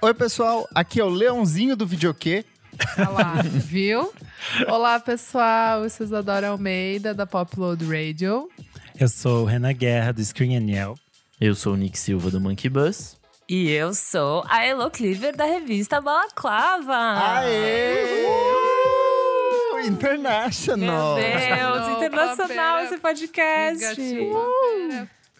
Oi, pessoal. Aqui é o Leãozinho do Videoquê. Olha lá, viu? Olá, pessoal. Eu sou Isadora Almeida, da Popload Radio. Eu sou o Renan Guerra, do Screen Aniel. Eu sou o Nick Silva do Monkey Bus. E eu sou a Elo Cleaver da revista Balaclava. Ah, Aê! Uhul! International! Meu Deus, Não, internacional papeira. esse podcast. Gatinho.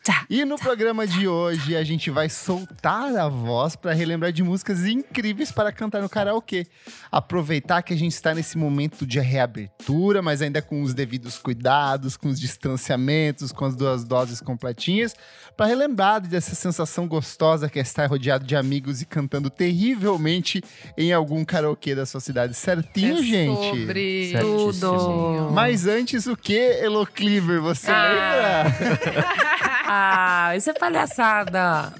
Tchá. E no programa de hoje a gente vai soltar a voz para relembrar de músicas incríveis para cantar no karaokê. Aproveitar que a gente está nesse momento de reabertura, mas ainda com os devidos cuidados, com os distanciamentos, com as duas doses completinhas, para relembrar dessa sensação gostosa que é estar rodeado de amigos e cantando terrivelmente em algum karaokê da sua cidade. Certinho, É gente? Sobre Certíssimo. tudo. Mas antes o que, Elo Cleaver? Você Ah. lembra? Ah, isso é palhaçada.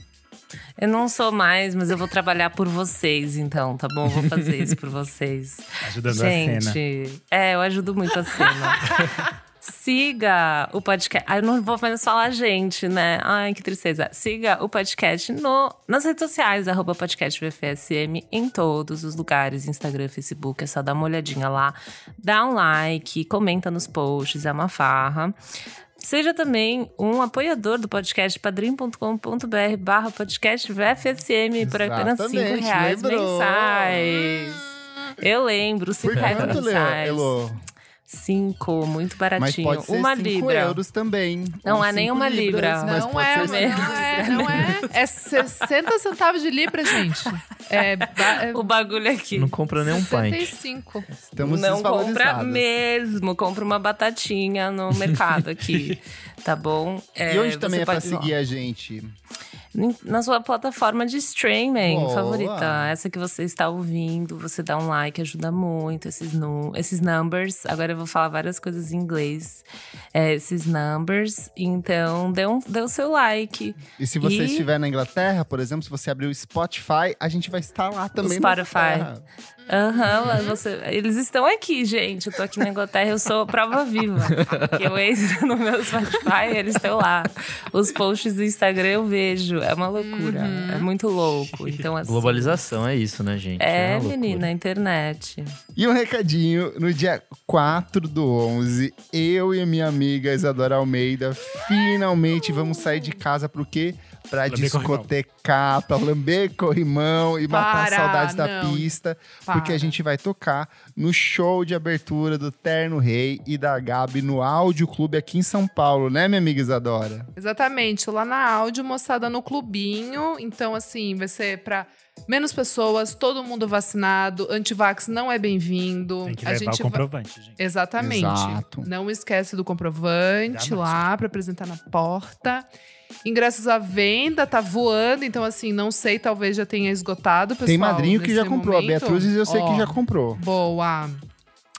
Eu não sou mais, mas eu vou trabalhar por vocês, então, tá bom? Vou fazer isso por vocês. Ajudando a Gente, cena. é, eu ajudo muito a cena. Siga o podcast. Ah, eu não vou mais falar gente, né? Ai, que tristeza. Siga o podcast no, nas redes sociais, arroba podcast VFSM, em todos os lugares, Instagram, Facebook. É só dar uma olhadinha lá. Dá um like, comenta nos posts, é uma farra. Seja também um apoiador do podcast, padrim.com.br barra podcast VFSM, por apenas R$ 5 Exatamente, reais lembrou. mensais. Eu lembro, Por cinco reais quanto, Leo? mensais. Elo? Cinco, muito Mas baratinho. pode ser uma cinco libra. euros também. Não Ou é cinco nenhuma libras, libra. Mas não pode é, ser mas cinco. não é, não é. É 60 centavos de libra, gente. É, ba- é O bagulho aqui. Não compra é nem um pint. 65. Estamos não compra desvalorizadas. mesmo, compra uma batatinha no mercado aqui, tá bom? É, E onde você também é pra pode- seguir a gente? Na sua plataforma de streaming Boa. favorita, essa que você está ouvindo, você dá um like, ajuda muito esses, nu esses numbers. Agora eu vou falar várias coisas em inglês, é, esses numbers. Então, dê, um, dê o seu like. E se você E- estiver na Inglaterra, por exemplo, se você abrir o Spotify, a gente vai estar lá também. na Spotify. Inglaterra. Aham, mas você- eles estão aqui, gente. Eu tô aqui na Inglaterra, eu sou prova viva. Que eu entro no meu Spotify, eles estão lá. Os posts do Instagram eu vejo. É uma loucura. É muito louco. Então, assim. Globalização é isso, né, gente? É, uma loucura. menina, a internet. E um recadinho, no dia 4 do 11, eu e a minha amiga Isadora Almeida finalmente vamos sair de casa pro quê? Pra Lamber corrimão. discotecar, pra lamber corrimão e matar Para, a saudade da não. pista. Porque a Para. gente vai tocar no show de abertura do Terno Rei e da Gabi no Áudio Clube aqui em São Paulo, né, minha amiga Isadora? Exatamente, lá na áudio, moçada no clubinho. Então, assim, vai ser pra menos pessoas, todo mundo vacinado, antivax não é bem-vindo. Tem que A levar gente o vai. comprovante, gente. Exatamente. Exato. Não esquece do comprovante Dá mais. lá pra apresentar na porta. Ingressos à venda, tá voando, então assim, não sei, talvez já tenha esgotado, pessoal. Tem madrinho que já nesse comprou, a momento. Beatruzes eu sei Ó, que já comprou. Boa.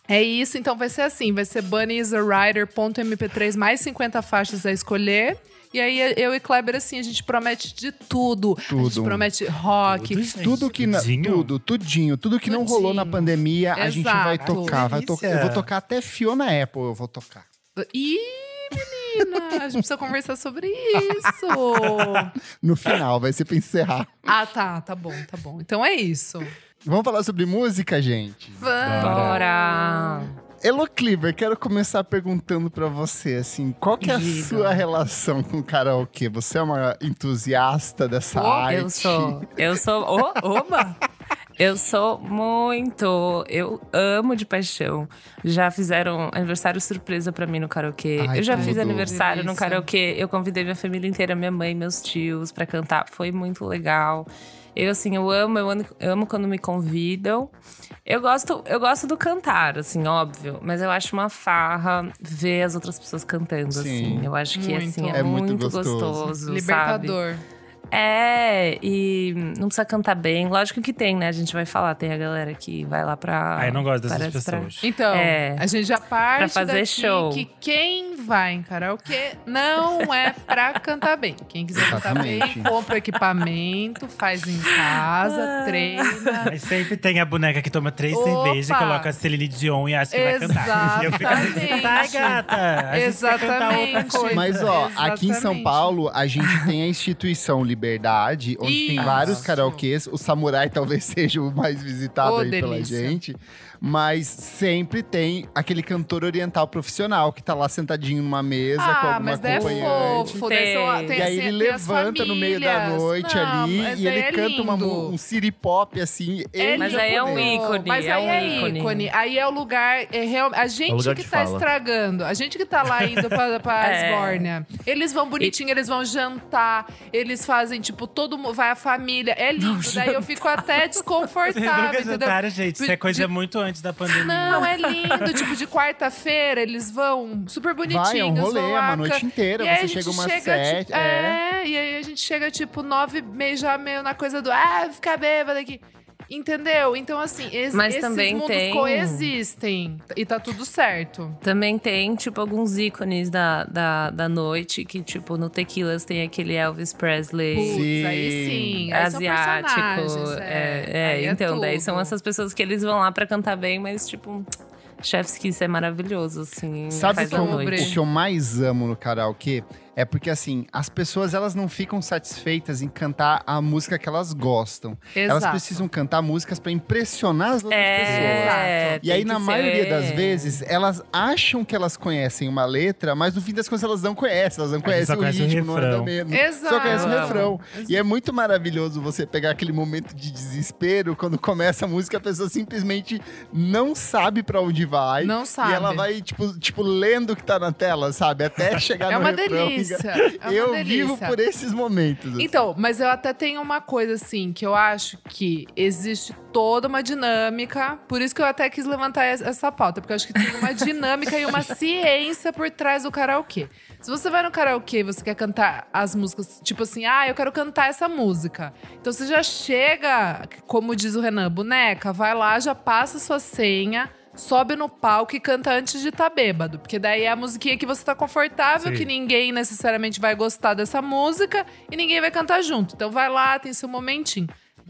É isso, então vai ser assim, vai ser bunnyisarider.mp3 mais 50 faixas a escolher. E aí eu e Kleber assim, a gente promete de tudo. A gente Tudo. promete rock, gente. Tudo que na, É Tudinho. tudo, tudinho, tudo que não rolou na Tudinho. pandemia, a gente vai Exato. tocar, vai tocar. Eu Delícia. vou tocar até Fiona Apple, eu vou tocar. Ih, menina, a gente precisa conversar sobre isso. No final, vai ser pra encerrar. Ah, tá, tá bom, tá bom. Então é isso. Vamos falar sobre música, gente? Bora! Elo Cleaver, quero começar perguntando pra você, assim, qual que é a Diga. sua relação com karaokê? Você é uma entusiasta dessa Oh, arte? eu sou. Eu sou. Oh, oba! Eu sou muito. Eu amo de paixão. Já fizeram aniversário surpresa pra mim no karaokê. Ai, eu já tudo. fiz aniversário no Delícia. karaokê. Eu convidei minha família inteira, minha mãe, meus tios, pra cantar. Foi muito legal. Eu, assim, eu amo, eu amo- eu amo quando me convidam. Eu gosto, eu gosto do cantar, assim, óbvio. Mas eu acho uma farra ver as outras pessoas cantando, Sim. assim. Eu acho que, Muito. assim, é, É muito gostoso. gostoso, sabe? Libertador. É, e não precisa cantar bem. Lógico que tem, né? A gente vai falar, tem a galera que vai lá pra. Ah, eu não gosto dessas parece pra- pessoas. Então, É. a gente já parte Pra fazer daqui show. que quem vai em karaokê não é pra cantar bem. Quem quiser cantar bem, Exatamente. compra o equipamento, faz em casa, treina. Mas sempre tem a boneca que toma três Opa! cervejas, coloca a Celine Dion e acha que vai cantar. E eu fico assim, Sai, Exatamente. gata! A gente vai cantar outra Exatamente. coisa. Mas ó, aqui em São é, Exatamente. Paulo a gente tem a instituição Liberdade, onde tem Isso. vários karaokês. O Samurai talvez seja o mais visitado Ô, aí pela delícia. gente. Mas sempre tem aquele cantor oriental profissional que tá lá sentadinho numa mesa com Ah, alguma mas daí é acompanhante. fofo. daí são- Tem. tem E aí assim, ele tem as levanta no meio da famílias. noite Não, ali mas e daí ele é canta uma lindo. mu- um city pop assim. É em Mas aí é um japonês. ícone, Mas é aí um ícone. Aí é o lugar. É real, a gente lugar que de tá fala. estragando. A gente que tá lá indo pra, pra É. Esbórnia. Eles vão bonitinho, eles vão jantar. Eles fazem, tipo, todo mundo. Vai a família. É lindo. Daí eu fico até Lembrou desconfortável, que entendeu? jantaram, gente? Isso é coisa muito antes da pandemia. Não, é lindo. tipo, de quarta-feira eles vão super bonitinhos. Vai, é um rolê, vão é lá, uma ca- noite inteira. e aí a Você gente chega umas chega, sete. tipo, é. e aí a gente chega, tipo, nove, meio já meio na coisa do ah, ficar bêbada aqui. Entendeu? Então, assim, es- Mas esses também mundos tem- coexistem. E tá tudo certo. Também tem, tipo, alguns ícones da, da, da noite, que, tipo, no Tequilas tem aquele Elvis Presley. Putz, aí sim. Aí são asiático. personagens, É, é, aí é então, daí tudo. são essas pessoas que eles vão lá pra cantar bem, mas tipo, Chef's Kiss é maravilhoso, assim. Sabe o faz que, a eu, noite. o que eu mais amo no karaokê? É porque, assim, as pessoas elas não ficam satisfeitas em cantar a música que elas gostam. Elas Exato. precisam cantar músicas pra impressionar as outras pessoas. É, E aí, tem na que maioria ser. das vezes, elas acham que elas conhecem uma letra, mas no fim das contas elas não conhecem. Elas não é Elas conhecem só o conhecem o ritmo, o refrão. andamento. Exato. Só conhece o Exato. refrão. E é muito maravilhoso você pegar aquele momento de desespero quando começa a música, a pessoa simplesmente não sabe pra onde vai. Não sabe. E ela vai, tipo, tipo, lendo o que tá na tela, sabe? Até chegar É no uma refrão. delícia. É uma eu delícia. vivo por esses momentos. Então, mas eu até tenho uma coisa assim, que eu acho que existe toda uma dinâmica, por isso que eu até quis levantar es- essa pauta, porque eu acho que tem uma dinâmica e uma ciência por trás do karaokê. Se você vai no karaokê e você quer cantar as músicas, tipo assim, ah, eu quero cantar essa música. Então você já chega, como diz o Renan, boneca, vai lá, já passa sua senha. Sobe no palco e canta antes de estar tá bêbado. Porque daí é a musiquinha que você tá confortável, Sim. que ninguém necessariamente vai gostar dessa música e ninguém vai cantar junto. Então vai lá, tem seu momentinho.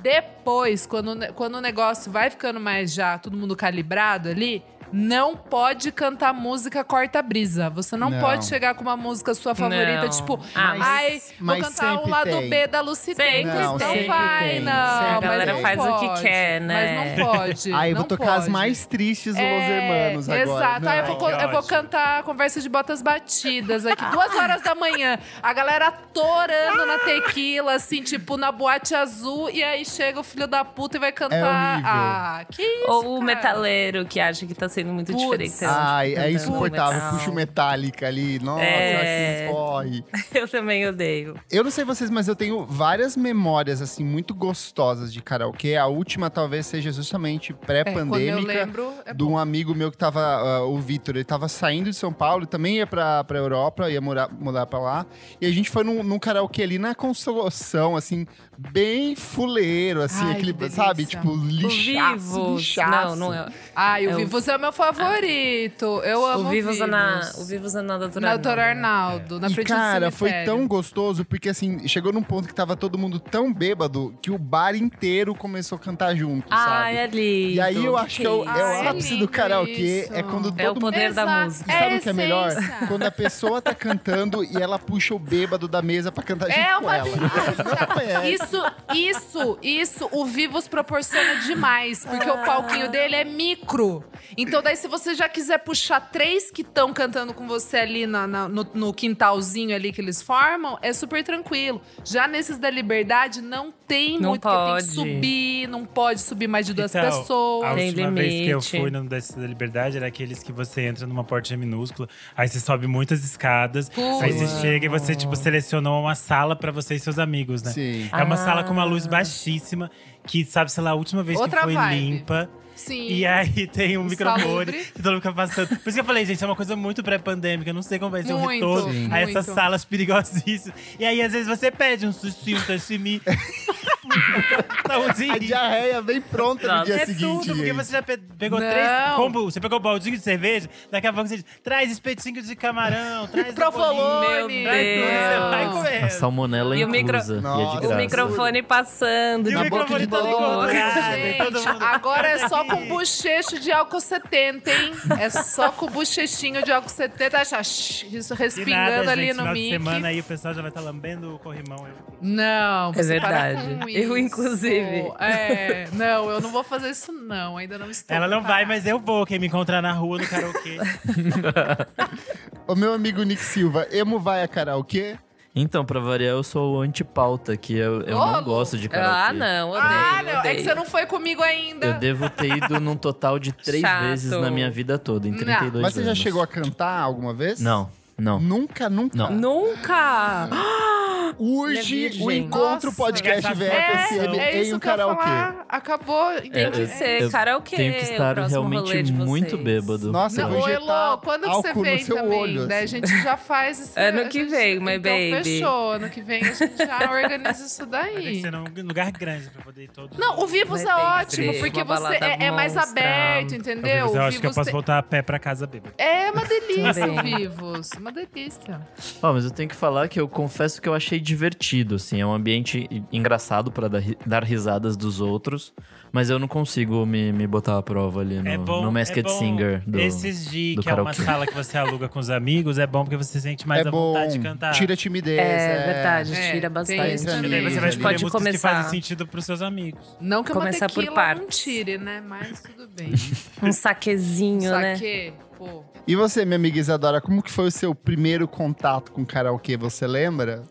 Depois, quando, o ne- quando o negócio vai ficando mais já, todo mundo calibrado ali, não pode cantar música corta-brisa. Você não, Não. pode chegar com uma música sua favorita, Não. tipo, Ah, ai, mas- vou mas cantar o sempre lado tem. B da Lucidez. Sempre Não, tem. vai, Sempre tem. Sempre não. mas tem. A galera não faz o que pode. quer, né? Mas não Aí pode. Ah, eu vou não tocar as pode. mais tristes do Los É, Hermanos agora. Exato. Aí eu Não. vou, co- que eu vou ótimo. cantar Conversa de Botas Batidas aqui, duas horas da manhã. A galera torando na tequila, assim, tipo, na boate azul. E aí chega o filho da puta e vai cantar. horrível. ah, que isso, Ou o cara? metaleiro que acha que tá sendo muito Putz. diferente. Ai, é Cantando insuportável. metal. Puxa o Metallica ali. Nossa, É. que corre. Eu também odeio. Eu não sei vocês, mas eu tenho várias memórias, assim, muito gostosas de karaokê. A última talvez seja justamente É, quando eu pré-pandêmica. lembro, é de bom. um amigo meu que tava, ah, o Vitor, ele tava saindo de São Paulo, também ia pra, pra Europa, ia morar, mudar pra lá. E a gente foi num, num karaokê ali na Consolação, assim, bem fuleiro, assim, Ai, aquele, que sabe? delícia. Tipo, O lixaço, Vivos. lixaço. Não, não é. Ai, o Eu- Vivos é o meu favorito. Eu amo O Vivos é na. O Vivos. Vivos é na doutora. Na Doutor Arnaldo, na e, frente cara, do é foi cemitério. tão gostoso, porque assim, chegou num ponto que tava todo mundo tão bêbado que o bar inteiro começou a cantar junto, Ai, sabe? é lindo. E aí eu acho que é o, é o Ai, é ápice do lindo karaokê isso. é quando todo É o mundo poder da Exato. música. E sabe o que é melhor? essência. Quando a pessoa tá cantando e ela puxa o bêbado da mesa pra cantar junto É com uma ela. Não é. Isso, isso, isso, o Vivos proporciona demais, porque o palquinho dele é micro. Então, daí, se você já quiser puxar três que estão cantando com você ali na- na- no, no quintalzinho ali que eles formam, é super tranquilo. Já nesses da liberdade, não tem Não muito, porque tem que pode. subir, não pode subir mais de duas Então, pessoas. A Tem última vez que eu limite. fui no Desce da Liberdade era aqueles que você entra numa portinha minúscula, aí você sobe muitas escadas, aí Putz. você chega e você, tipo, selecionou uma sala pra você e seus amigos, né? Sim. É uma Ah. sala com uma luz baixíssima, que sabe, sei lá, a última vez Outra que foi vibe. limpa. Sim. E aí tem um microfone Insalubre. que todo mundo fica passando. Por isso que eu falei, gente, é uma coisa muito pré-pandêmica. eu Não sei como vai ser o Muito, retorno Sim. a muito. essas salas perigosíssimas. E aí, às vezes, você pede um sushi, um sashimi. A Saúde! diarreia vem pronta no Nossa. dia É seguinte, tudo, porque gente. você já pe- pegou Não. três combo, você pegou o baldinho de cerveja, daqui a pouco você diz, traz espetinho de camarão, traz bolinho, Meu Provolone! traz tudo, você Deus. vai comer. A salmonela E o micro- inclusa. e é É. de Nossa. graça. O microfone passando, E o na boca microfone de todo todo É encontrado, e todo Gente, mundo- agora é só com bochecho de álcool 70, hein? É só com bochechinho de álcool 70, já, shh, isso E respingando nada, ali gente, no final de mic. semana é aí o pessoal já vai estar lambendo o corrimão. Eu- Não, É você para verdade. com isso. Eu, inclusive. É, não, eu não vou fazer isso, não. Ainda não estou. Ela não vai, preparada. mas eu vou. Quem me encontrar na rua, no karaokê. O meu amigo Nick Silva, emo vai a karaokê? Então, pra variar, eu sou o anti-pauta, que eu, eu Ô, não Lu. gosto de karaokê. Ah, não, odeio. Ah, não, é odeio. que você não foi comigo ainda. Eu devo ter ido num total de três Chato. vezes na minha vida toda, em Não. 32 anos. Mas você já chegou a cantar alguma vez? Não, não. Nunca, nunca? Não. Nunca! Ele é Hoje, virgem. o Encontro Nossa. Podcast É, VFSM é em isso um que eu ia karaokê. falar. Acabou. Tem entendi. que ser eu karaokê. Tenho que o estar próximo rolê realmente de vocês. muito bêbado. Nossa, eu Não, vou ô, injetar Elô, quando que você álcool vem no seu também? olho. Daí a gente já faz isso. assim. É, Ano a que gente- vem, my então, baby. fechou. Ano que vem a gente já organiza isso Vai ter é que daí. ser num lugar grande pra poder ir todo Não, o Vivos Vai é ter que ótimo, ser porque uma você balada é, é mais monstra. aberto, entendeu? O Eu acho que eu Vivos posso tem- voltar a pé pra casa bêbado. É uma delícia o Também. Vivos. Uma delícia. Ó, mas eu tenho que falar que eu confesso que eu achei divertido, assim. É um ambiente en- engraçado pra dar, ri- dar risadas dos outros, mas eu não consigo me, me botar à prova ali no, É bom, no Masked é bom Singer. Do... Esses de do que é uma karaokê. sala que você aluga com os amigos, é bom porque você sente mais é à bom, vontade de cantar. tira a timidez. É, verdade, É, tira tem bastante. isso também. E A a daí você vai gente gente escolher pode músicas que começar fazem assim. sentido pros seus amigos. Não que uma Começar por tequila não partes. tire, né? Mas tudo bem. um saquezinho, né? Saque, pô. E você, minha amiga Isadora, como que foi o seu primeiro contato com karaokê? Você lembra?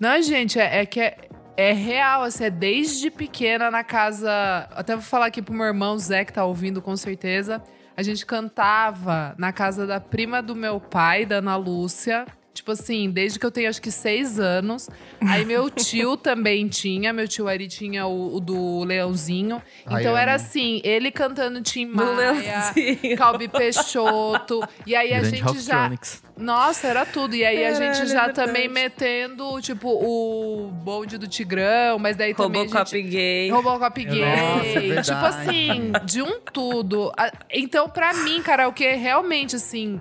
Não, gente, é, é que é, é real, assim, é desde pequena na casa. Até vou falar aqui pro meu irmão Zé, que tá ouvindo com certeza. A gente cantava na casa da prima do meu pai, da Ana Lúcia. Tipo assim, desde que eu tenho acho que seis anos. Aí meu tio também tinha, meu tio Ari tinha o, o do Leãozinho. Ai, Então era amo. assim, ele cantando Tim No Maia, Um Leãozinho. Calbi Peixoto. E aí a Grande gente já, House nossa, era tudo. E aí a Caralho, gente já é também verdade. metendo, tipo, o bonde do Tigrão, mas daí também. a Robocop gente... gay. Robocop Eu gay. lembro. Nossa, é verdade. tipo assim, de um tudo. A- Então, pra mim, karaokê, realmente, assim,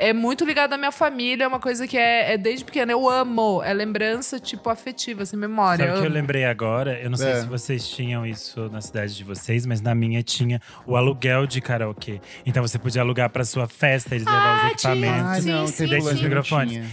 é muito ligado à minha família. É uma coisa que é, é desde pequena. Eu amo. É lembrança, tipo, afetiva, assim, memória. Sabe o eu que eu amo. lembrei agora? Eu não sei É. se vocês tinham isso na cidade de vocês, mas na minha tinha o aluguel de karaokê. Então você podia alugar pra sua festa, eles levavam os Ah, tinha. equipamentos. Sim, sim, tem sim.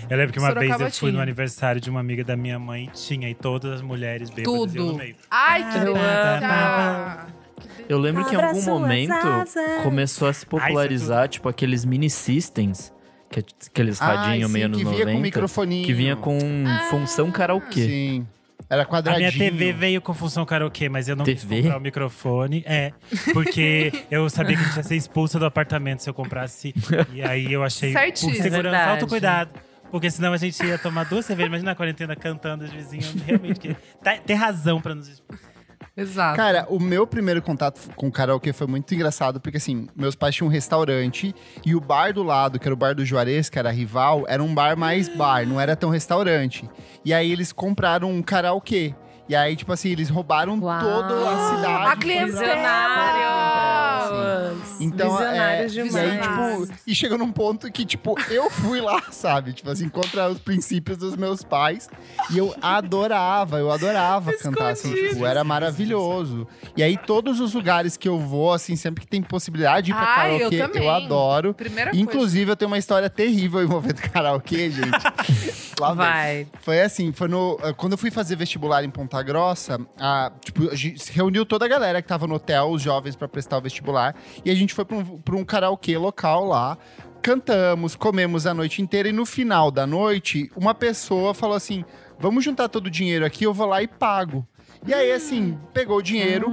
Eu lembro que uma Sorocaba vez eu fui tinha. no aniversário de uma amiga da minha mãe e tinha, e todas as mulheres bêbadas Tudo. iam no meio. Ai, que Eu delícia. amo. Que delícia. Eu lembro que em Abra algum suas momento asas. começou a Ah, é se popularizar, tipo, aqueles mini systems, que é t- aqueles radinhos meio anos Ah, que vinha com 90, microfoninho. que vinha com Ah, função karaokê. Sim. Era A quadradinho. minha TV veio com função karaokê, mas eu não TV? quis comprar o microfone. É, porque eu sabia que a gente ia ser expulsa do apartamento se eu comprasse. E aí eu achei Certíssimo. por segurança, Verdade. alto cuidado. Porque senão a gente ia tomar duas cervejas. Imagina a quarentena cantando os vizinhos. Realmente, que tá- tem razão pra nos expulsar. Exato. Cara, o meu primeiro contato com karaokê foi muito engraçado, porque assim, meus pais tinham um restaurante e o bar do lado, que era o bar do Juarez, que era rival, era um bar mais bar, não era tão restaurante. E aí eles compraram um karaokê. E aí, tipo assim, eles roubaram Uau. toda a cidade. A clientela! Visionários! Então, é, Visionários E aí, demais. tipo, e chega num ponto que, tipo, eu fui lá, sabe? Tipo assim, contra os princípios dos meus pais. E eu adorava, eu adorava cantar, assim, tipo, era maravilhoso. E aí, todos os lugares que eu vou, assim, sempre que tem possibilidade de ir pra Ai, eu karaokê, eu, também. adoro. Primeira coisa. Inclusive, eu tenho uma história terrível envolvendo karaokê, gente. lá vem. Vai. Foi assim, foi no. Quando eu fui fazer vestibular em Ponta Grossa, a, tipo, a gente se reuniu toda a galera que tava no hotel, os jovens, pra prestar o vestibular. E a gente foi pra um, pra um karaokê local lá. Cantamos, comemos a noite inteira. E no final da noite, uma pessoa falou assim: Vamos juntar todo o dinheiro aqui, eu vou lá e pago. E aí, assim, pegou o dinheiro,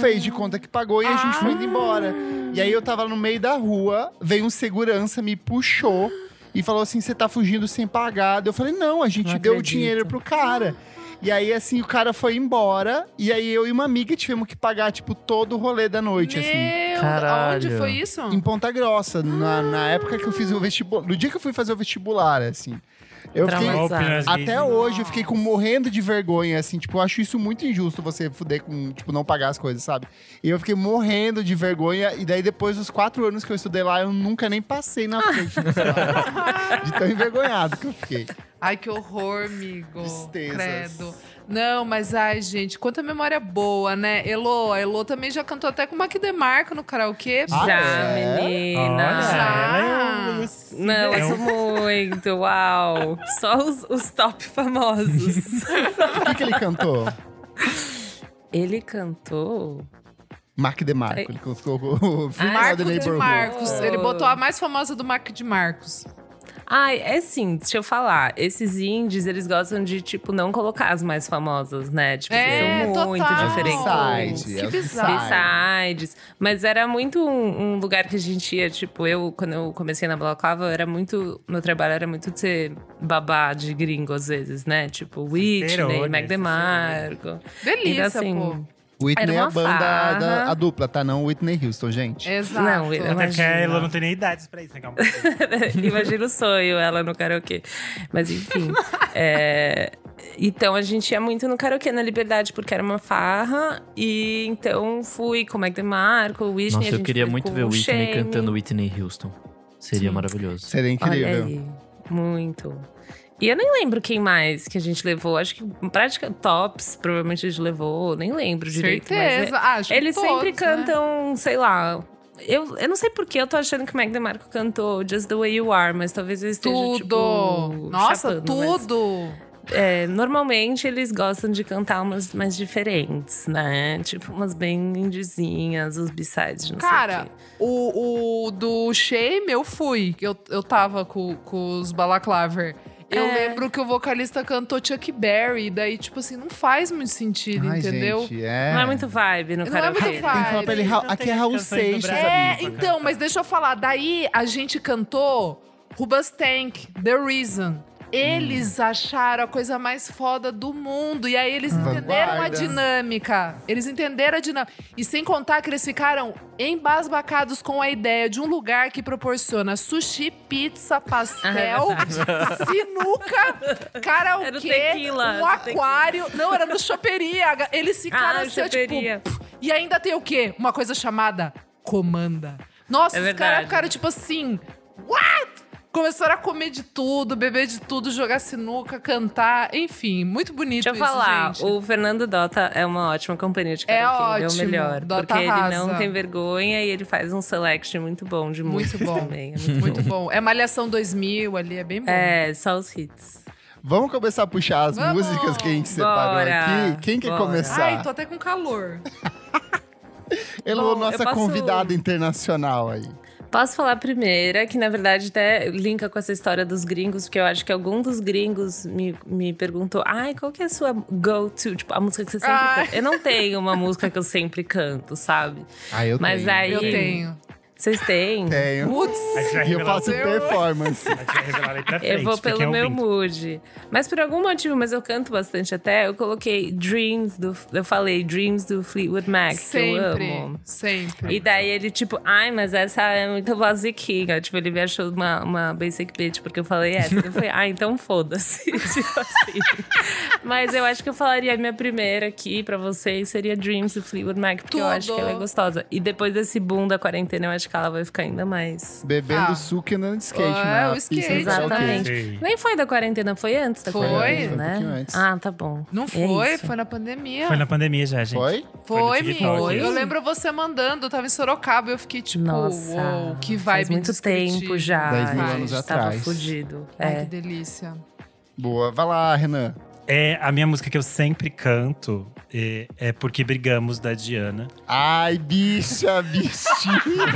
fez de conta que pagou e a gente foi indo embora. E aí eu tava no meio da rua, veio um segurança, me puxou e falou assim: você tá fugindo sem pagar. Eu falei, não, a gente Não deu o acredito. dinheiro pro cara. E aí, assim, o cara foi embora. E aí eu e uma amiga tivemos que pagar, tipo, todo o rolê da noite, assim. Meu, Caralho. aonde foi isso? Ah. Em Ponta Grossa, na, na época que eu fiz o vestibular. No dia que eu fui fazer o vestibular, assim. Eu fiquei, Traumatizado. Opiniões gays, até né? hoje eu fiquei com morrendo de vergonha, assim, tipo, eu acho isso muito injusto você fuder com, tipo, não pagar as coisas, sabe? E eu fiquei morrendo de vergonha, e daí depois dos quatro anos que eu estudei lá, eu nunca nem passei na frente do salário. De tão envergonhado que eu fiquei. Ai, que horror, amigo. Tristezas. Credo. Não, mas ai, gente, quanta memória boa, né? Elô, a Elô também já cantou até com o Mac DeMarco no karaokê. Ah, Já, é? menina. Olha, Já. Não, É eu sou um- muito, uau. Só os, os top famosos. O que, que ele cantou? Ele cantou. Mark DeMarco. Ele colocou o Funeral the Marco de é, Neighborhood. Marcos. É. Ele botou a mais famosa do Marco de Marcos. Ai, é assim, deixa eu falar. Esses indies, eles gostam de, tipo, não colocar as mais famosas, né? Tipo, É, são muito total. diferentes. Side, Que é o bizarro. B-sides. Mas era muito um, um lugar que a gente ia, tipo, eu, quando eu comecei na Balaclava, era muito. Meu trabalho era muito de ser babá de gringo, às vezes, né? Tipo, Whitney, Cicerone, Meg DeMarco. Delícia, Era assim, pô. Whitney é Era a uma banda, da, farra. É. a dupla, tá? Não Whitney Houston, gente. Exato. Não, ele- Até que a Imagina. Ela não tem nem idade pra isso, né? calma. Imagina o sonho, ela no karaokê. Mas enfim. é, Então a gente ia muito no karaokê na Liberdade, porque era uma farra. E então fui com o Meg DeMarco, o Whitney. Nossa, a eu gente queria foi muito com ver o Whitney Shane. cantando Whitney Houston. Seria maravilhoso. Seria Olha incrível. aí, muito. E eu nem lembro quem mais que a gente levou. Acho que prática tops, provavelmente a gente levou. Nem lembro direito. mas é- Certeza. Acho que eles sempre todos, né? cantam, sei lá. Eu, eu não sei porque eu tô achando que o Mac DeMarco cantou Just the Way You Are, mas talvez eu esteja Tudo! tipo, Nossa, chapando, mas, tudo! é, normalmente eles gostam de cantar umas mais diferentes, né? Tipo umas bem indizinhas, os b-sides, não sei o Cara, quê. o, o do Shame eu fui, que eu, eu tava com, com os balaclaver. Eu É. lembro que o vocalista cantou Chuck Berry, daí, tipo assim, não faz muito sentido, Ai, entendeu? gente, é. Não é muito vibe no Não é muito karaokê. né? Tem que vibe. falar pra ele, Ra- Não aqui tem é Raul canções do Seixas, Brasil. amigo. É, então, mas deixa eu falar. Daí a gente cantou Rubas Tank, The Reason. Eles acharam a coisa mais foda do mundo. E aí eles entenderam a Vanguarda. dinâmica. Eles entenderam a dinâmica. E sem contar que eles ficaram embasbacados com a ideia de um lugar que proporciona sushi, pizza, pastel, sinuca, Ah, é Era o karaokê, tequila, um era o tequila. aquário. Não, era no choperia. Eles ficaram Ah, assim, ó, tipo, choperia. e ainda tem o quê? Uma coisa chamada comanda. Nossa, É os verdade. caras ficaram tipo assim. What? Começaram a comer de tudo, beber de tudo, jogar sinuca, cantar, enfim, muito bonito Deixa eu isso, falar, gente. o Fernando Dota é uma ótima companhia de É karaokê, ele é o ótimo, melhor. Dota porque ele arrasa. não tem vergonha e ele faz um selection muito bom de Muito músicas bom. também. É, muito- Muito bom. É Malhação 2000 ali, é bem bom. É, só os hits. Vamos começar a puxar as Vamos! músicas que a gente separou Bora! aqui. Quem quer Bora! começar? Ai, tô até com calor. Ela é Bom, nossa eu posso- convidada internacional aí. Posso falar a primeira, que na verdade até linka com essa história dos gringos, porque eu acho que algum dos gringos me, me perguntou: ai, qual que é a sua go-to? Tipo, a música que você sempre Ai. canta. Eu não tenho uma música que eu sempre canto, sabe? Ah, eu Mas tenho. aí- Eu tenho. Vocês têm? Tenho. Putz, A gente vai E eu revelar- faço Eu- performance. a gente vai revelar aí pra frente. Eu vou pra quem pelo é meu ouvinte. mood. Mas por algum motivo, mas eu canto bastante até, eu coloquei Dreams do. Eu falei Dreams do Fleetwood Mac, É que sempre, eu amo. sempre. E daí ele, tipo, ai, mas essa é muito basiquinha. Tipo, ele me achou uma, uma basic bitch, porque eu falei essa. Eu falei, ah, então foda-se. tipo assim. Mas eu acho que eu falaria a minha primeira aqui pra vocês seria Dreams do Fleetwood Mac, porque eu acho que Tudo. ela é gostosa. E depois desse boom da quarentena, eu acho que ela vai ficar ainda mais. Bebendo Ah. suco e andando de skate, Ah, né? o A pista skate, de karaokê. Exatamente. Sei. Nem foi da quarentena, foi antes da Foi. quarentena, Foi um né? pouquinho antes. Ah, tá bom. Não É foi? isso. foi na pandemia. Foi na pandemia já, gente. Foi? Foi, no amigo. TikTok. Eu lembro você mandando, eu tava em Sorocaba, eu fiquei tipo, Nossa, uou, que faz vibe muito tempo descritiva. já. Dez mil a anos gente tava atrás. fudido. Ai, que É. delícia. Boa. Vai lá, Renan. É, a minha música que eu sempre canto é, é Porque Brigamos, da Diana. Ai, bicha, bichinha.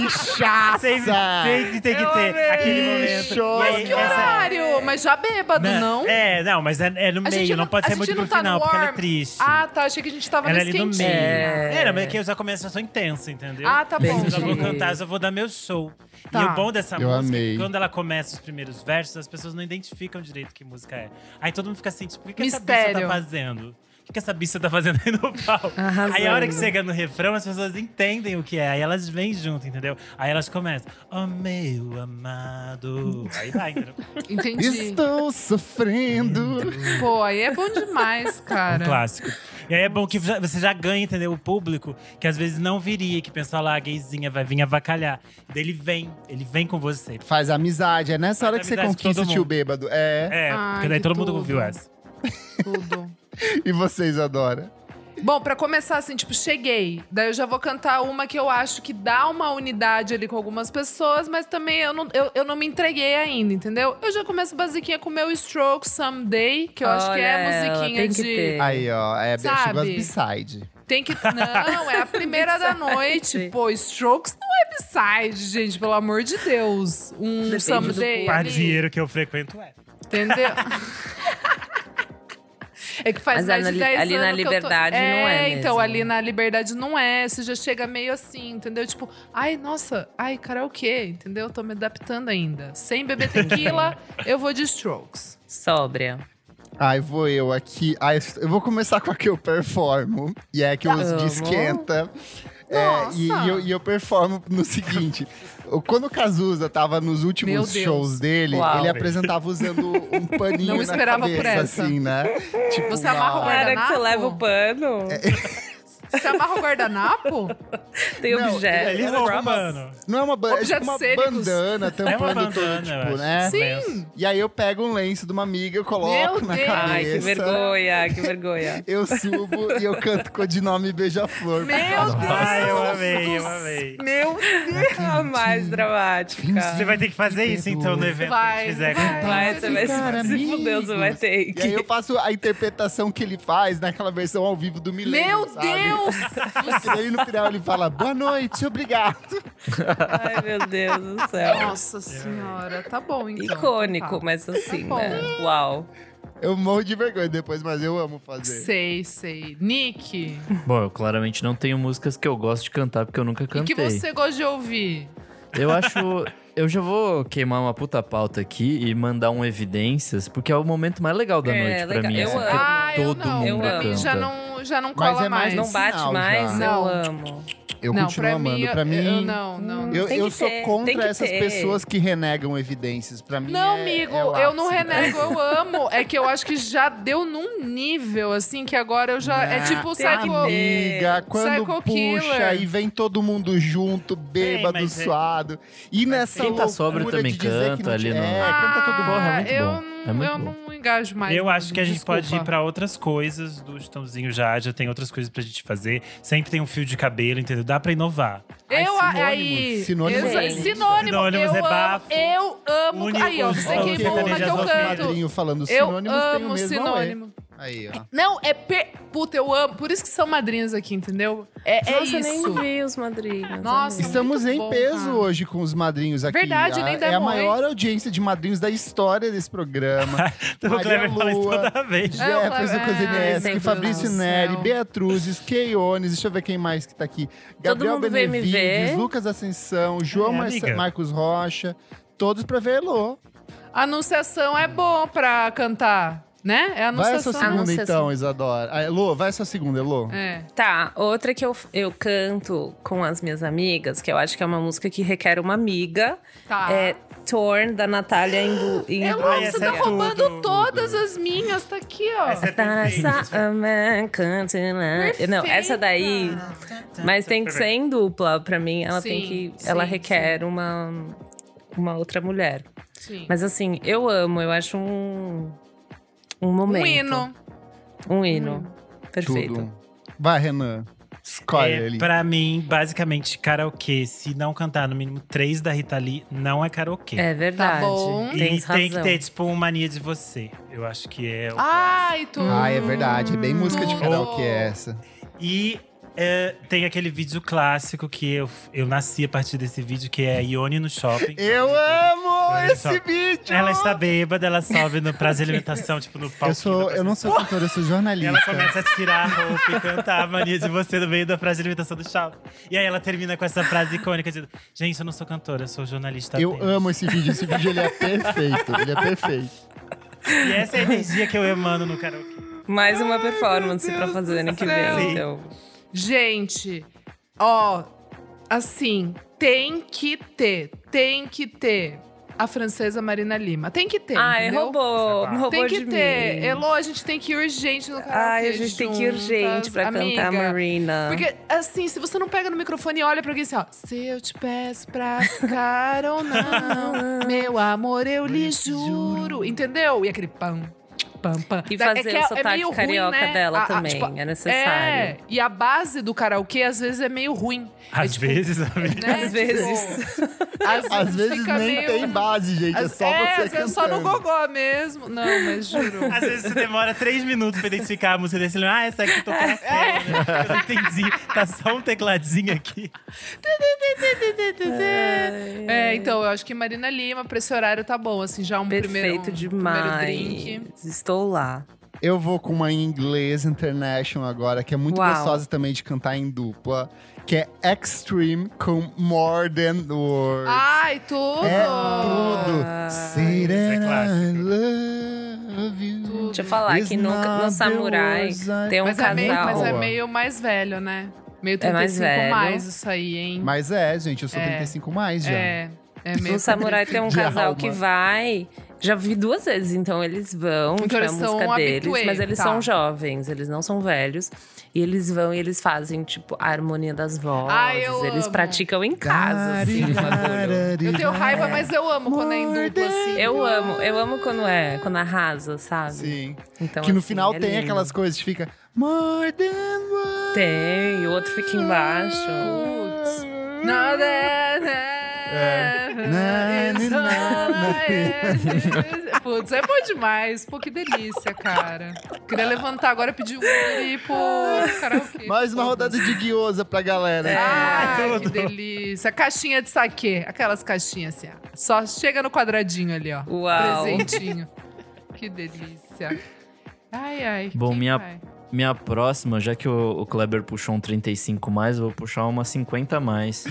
bichaça. Sempre, sempre tem que Ah. Eu ter amei! aquele momento. Show! E aí, Mas Que essa- horário? Mas já bêbado, não? É, não, mas é, é no A gente meio, não, pode a ser gente muito não pro tá no final, porque ela é warm. triste. Ah, tá. Achei que a gente tava ela é nesse ali no meio. quentinho. É. Era, mas é que eu já começo, eu sou intensa, entendeu? Ah, tá bom. Eu já vou Entendi. cantar, eu já vou dar meu show. Tá. E o bom dessa Eu música é amei. que quando ela começa os primeiros versos, as pessoas não identificam direito que música é. Aí todo mundo fica assim, tipo, o que, que essa bicha Mistério. tá fazendo? O que, que essa bicha tá fazendo aí no palco? Arrasando. Aí a hora que chega no refrão, as pessoas entendem o que é. Aí elas vêm junto, entendeu? Aí elas começam, oh meu amado. Aí vai, entendeu? Entendi. Estou sofrendo. Pô, aí é bom demais, Um cara. clássico. E aí é bom que já- você já ganha, entendeu? O público que às vezes não viria, que pensa lá, a gayzinha vai vir avacalhar. Daí ele vem, ele vem com você. Faz amizade. É nessa Faz hora que você amizade com conquista o todo tio mundo. bêbado. É. É, Ai, porque daí que todo mundo tudo. ouviu essa. Tudo. É. E vocês adoram. Bom, pra começar assim, tipo, cheguei. Daí eu já vou cantar uma que eu acho que dá uma unidade ali com algumas pessoas, mas também eu não, eu, eu não me entreguei ainda, entendeu? Eu já começo basiquinha com o meu Stroke Someday, que eu acho que Olha é ela, musiquinha tem que de. ter. É. Aí, ó. É, Sabe? chegou as B-side. Tem que. Não, é a primeira da noite. Pô, Strokes não é B-side, gente, pelo amor de Deus. Um Depende do someday. público. ali, Pardieiro que eu frequento é. Entendeu? É que faz Mas mais ali- de 10 ali anos na que eu tô- Liberdade não é então, mesmo. ali na liberdade não é. Você já chega meio assim, entendeu? Tipo, ai, nossa, ai, karaokê, entendeu? Tô me adaptando ainda. Sem beber tequila, eu vou de strokes. Sóbria. Aí vou eu aqui. Ai, eu vou começar com a que eu performo. E é a que eu uso de Amo. esquenta. É, e, Nossa! e eu, e eu performo no seguinte: quando o Cazuza tava nos Meu últimos Deus. shows dele, Uau. ele apresentava usando um paninho Não na esperava por cabeça, essa. assim, né? Tipo, Você uma- amarra o guarda- Para que você Guardanapo? leva o pano, É, Você amarra o guardanapo? tem Não, é, objeto. Eles vão humano. Não é uma, ba é Objetos tipo uma cênicos. bandana É tampando uma todo, bandana, eu tipo, acho. né? Sim. E aí eu pego um lenço de uma amiga, eu coloco Meu na Deus. cabeça. Ai, que vergonha, que vergonha. Eu subo e eu canto codinome Beija-Flor. Meu Deus. Ai, eu amei, eu amei. Meu Deus, a mais Você dramática. vai ter que fazer isso então no evento Vai, que fizer. vai. Vai, você vai Cara, se, se fuder, você vai amigos. ter E aí eu que... faço a interpretação que ele faz naquela versão ao vivo do Milênio, Meu sabe? Deus! E aí no final ele fala, boa noite, obrigado. Ai, meu Deus do céu. Nossa senhora, tá bom então. Icônico, Tá. mas assim, Tá bom. né? Uau. Eu morro de vergonha depois, mas eu amo fazer. Sei, sei. Nick, Bom, eu claramente não tenho músicas que eu gosto de cantar, porque eu nunca o que cantei. você gosta de ouvir? Eu acho. Eu já vou queimar uma puta pauta aqui e mandar um evidências, porque é o momento mais legal da É, noite pra legal. mim. Eu assim, amo. porque Ah, eu todo não. mundo pra mim canta. já não, já não Mas cola é mais mais. Não bate Sinal mais? já. Eu Não. amo. Eu não, continuo pra amando. mim, pra mim, Eu, eu não, não. eu, Tem eu que sou ter, tem contra que essas ter. pessoas que renegam evidências. Pra mim Não, é- amigo, é o eu não ápice. renego, eu amo. É que eu acho que já deu num nível, assim, que agora eu já. é Ah, tipo o tem que Psycho. ter. Amiga, quando Psycho puxa Killer. e vem todo mundo junto, bêbado, mas é- suado. E nessa quem tá loucura sóbrio de também dizer que canta não ali tinha- no- É, canta todo mundo. mundo, é Ah, muito eu bom. não- É muito eu bom. não engajo mais. Eu acho que a gente pode ir desculpa. pra outras coisas do Estãozinho já, já tem outras coisas pra gente fazer. Sempre tem um fio de cabelo, entendeu? Dá pra inovar. Eu Ai, aí. sinônimo. Exa- Gente. Sinônimo. Sinônimos eu é amo. bafo. Eu amo. Une aí, ó, os você queimou sons uma que eu sertanejos aos canto. Padrinho falando Eu sinônimos tem o amo mesmo Tá. sinônimo. auê. Aí, ó. Não, é per... Puta, eu amo. Por isso que são madrinhas aqui, entendeu? É, é Nossa, isso. eu nem vi os madrinhos. é Nossa, amiga. Estamos é muito em bom, peso cara. hoje com os madrinhos aqui. Verdade, a, nem É a demos, maior audiência de madrinhos da história desse programa. Então o Maria Cleber fala isso Lua. toda vez. É, o Jefferson Cleber- Ai, Kozinevski, meu Fabrício Deus do Neri, céu. Beatruzes, Keiones, deixa eu ver quem mais que tá aqui. Gabriel mundo veio me Benevides, ver. Lucas Ascensão, João É, Marce- amiga. Marcos Rocha, todos pra ver Elô. Anunciação é bom pra cantar, né? É Vai essa anunciação. segunda Anunciação. então, Isadora. Ah, Elô, vai essa segunda, Elô. É. Tá, outra que eu, eu canto com as minhas amigas, que eu acho que é uma música que requer uma amiga, Tá. é Torn, da Natália Imbu. Eu Imbu- amo, essa você tá é roubando tudo. todas as minhas. Tá aqui, ó. Essa é perfeita. That's a man can't- Não, essa daí. Mas tem que ser em dupla, pra mim. Ela tem Sim, que. sim, ela sim. requer uma, uma outra mulher. Sim. Mas assim, eu amo, eu acho um. Um momento. um hino. Um hino. Perfeito. Tudo. Vai, Renan. Escolhe É, ali. pra mim, basicamente, karaokê, se não cantar no mínimo três da Rita Lee, não é karaokê. É verdade. Tá bom. E Tem, tem, razão. que ter, tipo, uma mania de você. Eu acho que é. o Ai, tu. Ah, é verdade. É bem música de Hum. Tudo. Oh. karaokê essa. E é, tem aquele vídeo clássico que eu, eu nasci a partir desse vídeo, que é Ione no shopping. Eu amo Olha esse só. vídeo! Ela está bêbada, ela sobe no prazo de alimentação, tipo, no palco. Eu, sou, eu não sou cantora, eu sou E ela jornalista. começa a tirar a roupa e cantar a mania de você no meio da frase de alimentação do shopping. E aí ela termina com essa frase icônica de Gente, eu não sou cantora, eu sou jornalista. Eu apenas." amo esse vídeo. Esse vídeo ele é perfeito. Ele é perfeito. E essa é a energia que eu emano no karaokê. Mais uma performance pra fazer ano que céu. vem, Sim. então. Gente, ó, assim, tem que ter, tem que ter a francesa Marina Lima. Tem que ter. Ai, entendeu? roubou, roubou Tem que de ter. É mim. Elô, a gente tem que ir urgente no canal. Ai, a gente tem que ir urgente pra cantar Marina. Porque, assim, se você não pega no microfone e olha pra alguém assim, ó. Se eu te peço pra ficar ou não, meu amor, eu lhe juro. Entendeu? E aquele pam, pam, pam. E Da- fazer é que o sotaque meio carioca dela A- a- também, tipo, é necessário. É, e a base do karaokê, às vezes, é meio ruim. É Às tipo, vezes, amiga. né? Às Tipo, vezes. Às vezes, Às vezes fica nem meio- tem base, gente. é Às- só você às vezes só no cantando. gogó mesmo. Não, mas juro. Às vezes você demora três minutos pra identificar a música desse. Ah, essa aqui tocou na tela. Eu não entendi. Tá só um tecladinho aqui. É, então, eu acho que Marina Lima, pra esse horário, tá bom, assim, já um primeiro. Perfeito um Primeiro drink. demais. Estou lá. Eu vou com uma em inglês international agora, que é muito Uau. gostosa também de cantar em dupla, que é Extreme com More Than Words. Ai, tudo! é tudo. Say Isso é that I clássico. love you. Deixa eu falar Is que no, not no the Samurai words I- tem um mas, é casal. meio, mas é Boa. meio mais velho, né? Meio É 35 mais velho. mais isso aí, hein? Mas é, gente, eu sou É. 35 mais já. é, é meio. No Samurai tem um De casal alma. que vai. Já vi duas vezes, então eles vão Então tipo, eles é a são música habituê, deles, mas eles tá. são jovens, eles não são velhos. E eles vão e eles fazem, tipo, a harmonia das vozes. Ai, eu eles amo. praticam em casa, assim, o bagulho. Eu tenho raiva, mas eu amo quando é em dupla, assim. Eu amo, eu amo quando é, quando arrasa, sabe? Sim. Então, que no assim, final é tem lindo. aquelas coisas que fica More Than Words. Tem, o outro fica embaixo. Putz. Não, né, né, É. isso Na, na, é- Putz, é bom demais. Pô, que delícia, cara. Queria levantar agora e pedir um e ir pro karaokê. Mais uma rodada de guiosa pra galera. É. Ai, Ah, Ah, que tudo. delícia. Caixinha de saquê. Aquelas caixinhas assim, ó. Só chega no quadradinho ali, ó. Uau. Presentinho. Que delícia. Ai, ai. Bom, quem minha- vai? Minha próxima, já que o, o Kleber puxou um 35 mais, eu vou puxar uma 50 mais.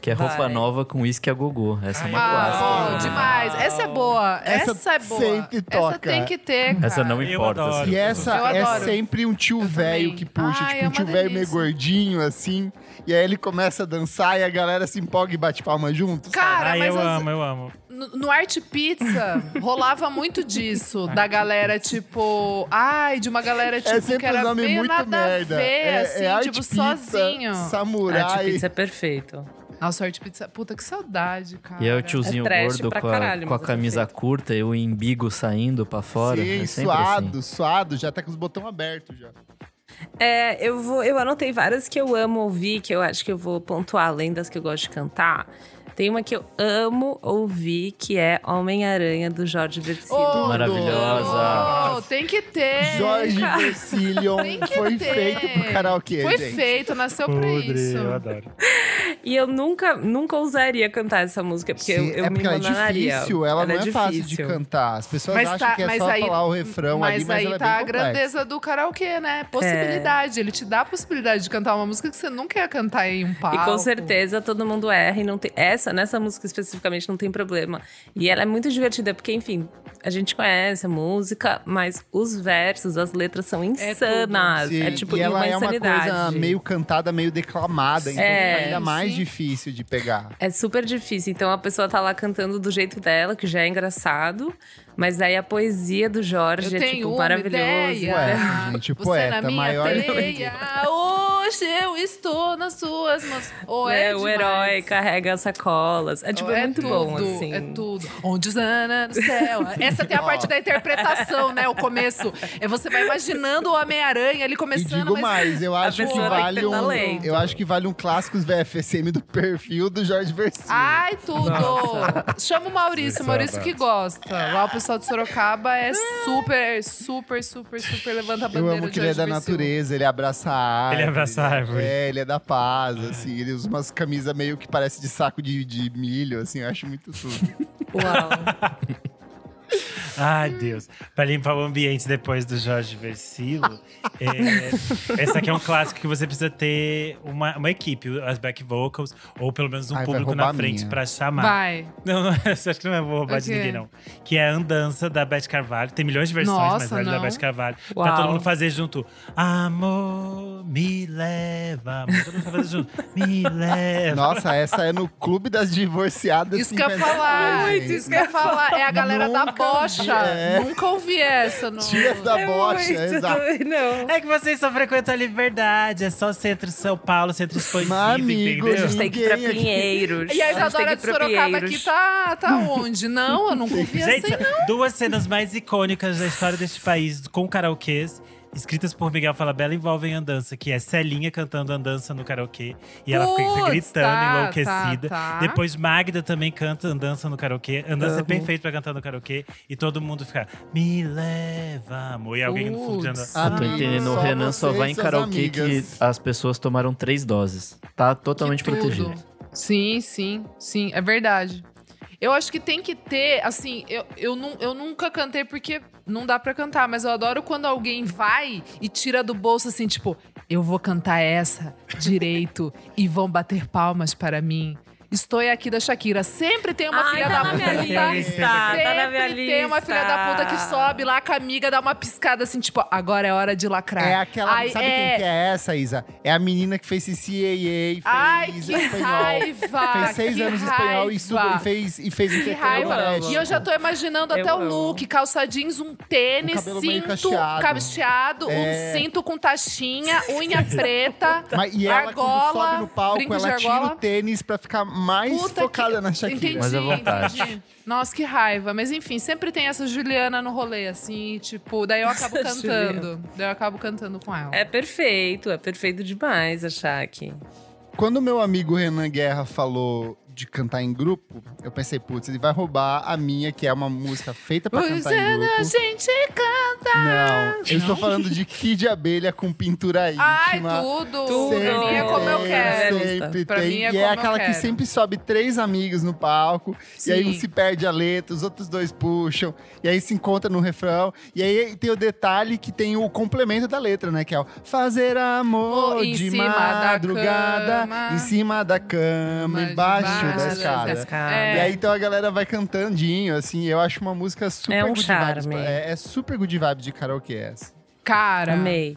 Que é roupa Vai. nova com uísque a gogô. Essa é uma Ai, clássica. Ah, bom, né? demais. Essa é boa. Essa Essa, é boa. sempre Essa toca. tem que ter, cara. Essa não Eu importa. adoro. assim. E essa Eu é adoro. sempre um tio Eu velho também. que puxa, Ai, tipo, é um tio uma velho meio delícia. gordinho, assim. E aí ele começa a dançar e a galera se empolga e bate palma junto. Cara, Ah, Ai, mas eu as- amo, eu amo. no, no Art Pizza rolava muito disso, da galera tipo, ai, de uma galera tipo que sempre era um nome meio muito nada merda. a ver, é, assim, é arte tipo pizza, sozinho. Samurai. Arte pizza é perfeito. Nossa, Art Pizza, puta que saudade, cara. E é o tiozinho É trash gordo pra com a, caralho, com a mas é camisa perfeito. curta e o embigo saindo pra fora. Sim, é sempre suado, assim. suado. Já tá com os botões abertos já. É, eu vou, eu anotei várias que eu amo ouvir, que eu acho que eu vou pontuar além das que eu gosto de cantar. Tem uma que eu amo ouvir, que é Homem-Aranha do Jorge Versilo. Ô, Maravilhosa. ô, Oh, tem que ter. Jorge cara. Versillion Tem que foi ter. feito pro karaokê, Foi gente. feito, nasceu pra isso. eu adoro. E eu nunca, nunca ousaria cantar essa música, porque eu, Sim, eu é me porque ela é embananaria. difícil, ela, não é, fácil de difícil. cantar. As pessoas Mas acham tá- que é mas só aí- falar o refrão ali, Mas mas ela aí é tá bem a complexa. grandeza do karaokê, né? Possibilidade. Ele te dá a possibilidade de cantar uma música que você nunca ia cantar em um palco. E com certeza todo mundo erra e não tem. Essa, nessa música especificamente, não tem problema. E ela é muito divertida, porque, enfim, a gente conhece a música, mas os versos, as letras são insanas. É, Sim, tipo e ela uma é uma insanidade. coisa meio cantada, meio declamada, então É, fica ainda mais sim. difícil de pegar. É super difícil. Então a pessoa tá lá cantando do jeito dela, que já é engraçado. Mas aí a poesia do Jorge Eu é tenho tipo uma maravilhosa. ideia. Ué, gente, Você poeta, na minha maior- teia, hoje eu estou nas suas mãos. Ou é, É, o demais. herói carrega as sacolas. É tipo é muito tudo, bom, assim. É tudo. Onde os anos do céu. Essa tem a parte da interpretação, né? O começo. É você vai imaginando o Homem-Aranha ali E começando, digo mas. mais, eu acho que pessoa tem que vale ter um, talento. eu acho que vale um clássico VFSM do perfil do Jorge Versilho. Ai, tudo! Chama o Maurício, o Maurício que gosta. Lá o pessoal de Sorocaba é super, super, super, super levanta a eu bandeira amo que de ele é Jorge da Vercillo. natureza, ele abraça a árvore. Ele abraça a árvore. É, ele é da paz, assim, ele usa umas camisas meio que parece de saco de, de milho, assim, eu acho muito tudo. Uau. Ai, Deus. Pra limpar o ambiente depois do Jorge Versilo, É, essa aqui é um clássico que você precisa ter uma, uma equipe, as back vocals, ou pelo menos um Ai, vai público roubar na a frente minha. pra chamar. Vai. Não, não, essa acho que não é vou roubar de O quê? ninguém, não. Que é a Andança da Beth Carvalho. Tem milhões de versões, mas Nossa, vale da não. Beth Carvalho. Pra Uau. todo mundo fazer junto. Amor, me leva. Amor. Todo mundo fazer junto. Me leva. Nossa, essa é no Clube das Divorciadas. Isso em que eu ia Pernambuco. falar. Gente, Isso que eu ia falar. É a galera da é Nunca vi, bocha. é. Nunca ouvi essa. No... Dias da É bocha, exato. Não. É que vocês só frequentam a liberdade. É só centro São Paulo, centro expandido, amigo, A entendeu? gente tem que ir pra Ninguém aqui. Pinheiros. E a gente tem Isadora que ir de pra Sorocaba Pinheiros. aqui tá, tá onde? Não, eu nunca ouvi Gente, essa. duas cenas mais icônicas da história deste país com karaokês. Escritas por Miguel Falabella envolvem andança, que é Celinha cantando andança no karaokê. E ela fica Putz, gritando, tá, enlouquecida. tá, tá. Depois Magda também canta andança no karaokê. Andança é perfeito pra cantar no karaokê. E todo mundo fica, me leva, amor. E é alguém no fundo dizendo, Ah, Tô Amigo, entendendo, o só Renan você só e vai em suas karaokê que amigas. as pessoas tomaram três doses. Tá totalmente Que tudo. protegido. Sim, sim, sim, é verdade. Eu acho que tem que ter, assim, eu, eu, nu- eu nunca cantei porque não dá pra cantar, mas eu adoro quando alguém vai e tira do bolso assim, tipo, eu vou cantar essa direito e vão bater palmas para mim. Estou aqui da Shakira. Sempre tem uma Ai, filha tá da na puta minha que lista, Sempre tá na minha tem uma filha da puta que lista. sobe lá com a amiga, dá uma piscada assim, tipo, agora é hora de Tá. lacrar. É aquela. Ai, sabe é, quem que é essa, Isa? É a menina que fez CCAA, fez Ai, que espanhol. raiva! Fez seis que anos de raiva. espanhol e, estudou, e fez, e fez Que intercâmbio raiva. colégio. E eu já tô imaginando Eu até o amo. look, calça jeans, um Um tênis, cabelo meio cinto cacheado. cacheado, É. um cinto com taxinha, unha preta, Mas, e ela, quando argola, sobe no palco, brinco ela de tira o argola. tênis pra ficar mais Puta focada na Shakira. Entendi, Mas à vontade. entendi. Nossa, que raiva. Mas enfim, sempre tem essa Juliana no rolê, assim, tipo, daí eu acabo Essa cantando. Daí eu acabo cantando com ela. É perfeito, é perfeito demais a Shaq. Quando meu amigo Renan Guerra falou de cantar em grupo, eu pensei, putz, ele vai roubar a minha, que é uma música feita pra cantar em Luciana, grupo. a é gente canta. Não, eu estou falando de Kid Abelha com pintura íntima. Ai, tudo. Tudo. Pra mim é como eu tem, quero. Sempre Pra tem. mim é e é como eu aquela que quero. sempre sobe três amigos no palco, e aí um Sim. se perde a letra, os outros dois puxam, e aí se encontra no refrão. E aí tem o detalhe que tem o complemento da letra, né? Que é o fazer amor Oh, em de cima da madrugada, cama. em cima da cama, Mas embaixo debaixo da da escada. escada. E aí então a galera vai cantandinho, assim. Eu acho uma música super É um good vibes. charme. É, é super good vibes de karaokê essa. Cara. Amei.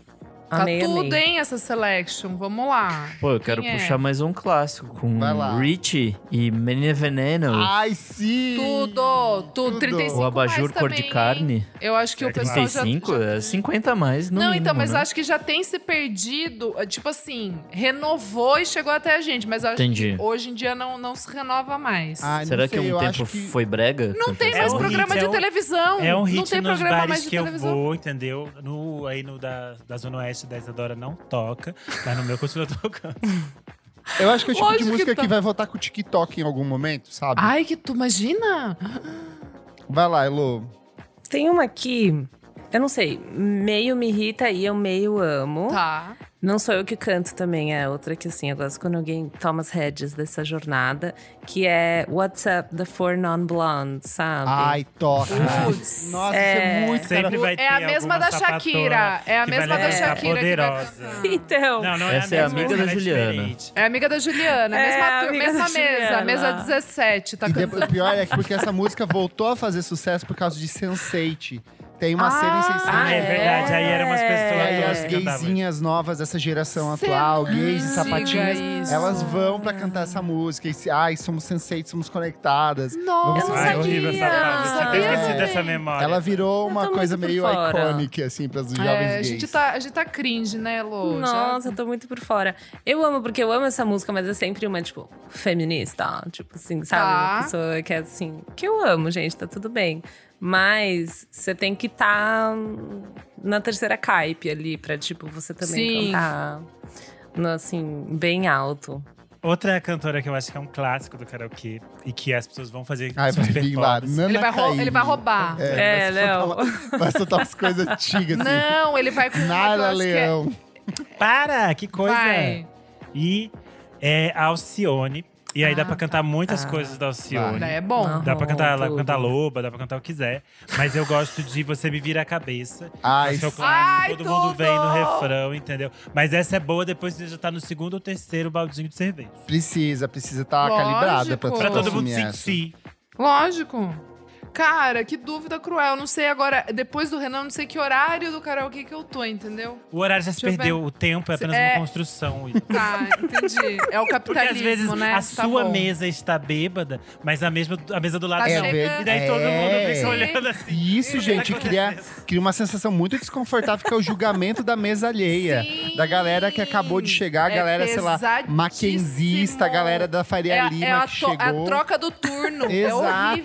Tá Amei, tudo, amei. hein, essa selection. Vamos lá. Pô, eu quero Quem é? puxar mais um clássico com Vai lá. Richie e Menina Veneno. Ah, Ai, sim! Tudo, tudo. 35 o abajur mais cor de também, carne. hein? Eu acho que o pessoal já- 35? já... É 50 a mais, no Não, mínimo, então, mas né? acho que já tem se perdido. eh, Tipo assim, renovou e chegou até a gente. Mas eu acho Entendi. que hoje em dia não, não se renova mais. Ai, não Será que sei, um eu tempo acho que- foi brega? não tem mais cantar um essa música? programa hit, de é um- televisão. É um não hit tem nos programa mais bares de que eu televisão. vou, entendeu? No, aí no da, da Zona Oeste da Isadora não toca, mas no meu continua tocando. Eu acho que é o tipo Lógico de que música que, tá. vai voltar com o TikTok em algum momento, sabe? Ai, que tu imagina? Vai lá, Elô. Tem uma aqui, eu não sei, meio me irrita e eu meio amo. Tá. Não sou eu que canto também, é outra que assim, eu gosto quando alguém toma as rédeas dessa jornada, que é What's Up The Four Non-Blondes, sabe? Ai, toca. Putz. Nossa, isso é É. muito Sempre vai ter É a mesma alguma da Shakira. sapatona É a que vai mesma da levantar Shakira que vai poderosa. cantar. Então, Não, não Essa é é a a mesma, amiga da ela é Juliana. diferente. É amiga da Juliana, É, mesma, a tur- amiga mesma da mesa, Juliana. mesa 17, tá E cantando. depois, o pior é que porque essa música voltou a fazer sucesso por causa de Sense8. Tem uma cena em Ah, Sense8. é, é? verdade. Aí eram umas E é, as pessoas que cantavam. gayzinhas novas dessa geração Cê atual, não gays e diga sapatinhas, isso. elas vão pra cantar essa música. E se, ai, somos sensei, somos conectadas. Nossa, Eu não Ai, horrível essa sabia, fase. Eu sabia, tinha esquecido também. dessa memória. Ela virou uma tô coisa muito por meio fora. icônica, assim, para os jovens É, a, gays. gente tá, a gente tá cringe, né, Lô? Já- Nossa, eu tô muito por fora. Eu amo, porque eu amo essa música, mas é sempre uma, tipo, feminista. Tipo assim, sabe? Tá. Uma pessoa que é assim. Que eu amo, gente, tá tudo bem. Mas você tem que estar na terceira caipe ali, pra, tipo, você também Sim. cantar. No, assim, bem alto. Outra cantora que eu acho que é um clássico do karaokê e que as pessoas vão fazer Ai, né? suas vai vir lá. performances. Nana Ele vai, rou- Caymmi. ele vai roubar. É, vai soltar Léo. uma- Vai soltar umas coisas antigas, assim. Não, ele vai com uma que eu Nara acho que é- Leão. é. Para, que coisa! Vai. E é Alcione E Ah, aí dá pra tá. cantar muitas coisas da Alcione. Daí é bom. Não. Dá pra cantar, dá pra Tudo. cantar loba, dá pra cantar o que quiser. Mas eu gosto de Você Me Vira a Cabeça. Ai, Esse é o sim. clássico, Ai, todo mundo tudo! vem no refrão, entendeu? Mas essa é boa depois que você já tá no segundo ou terceiro baldinho de cerveja. Precisa, precisa estar Lógico. calibrada pra, Pra Pra todo mundo consumir essa. sentir. Lógico. Cara, que dúvida cruel. Não sei agora, depois do Renan, não sei que horário do karaokê que eu tô, entendeu? O horário já se Deixa eu perdeu, o tempo é Se- apenas é. uma construção. Will. Tá, entendi. É o Porque capitalismo, às vezes né? a Tá sua bom. mesa está bêbada, mas a, mesma, a mesa do lado Tá não. chegando. E daí todo mundo É. fica olhando assim. E isso, Tá gente, acontecendo. cria, cria uma sensação muito desconfortável, que é o julgamento da mesa alheia. Sim! Da galera que acabou de chegar, a É galera, sei lá, pesadíssimo. maquenzista, a galera da Faria É, Lima é a, que to- a chegou. troca do turno. É Exato.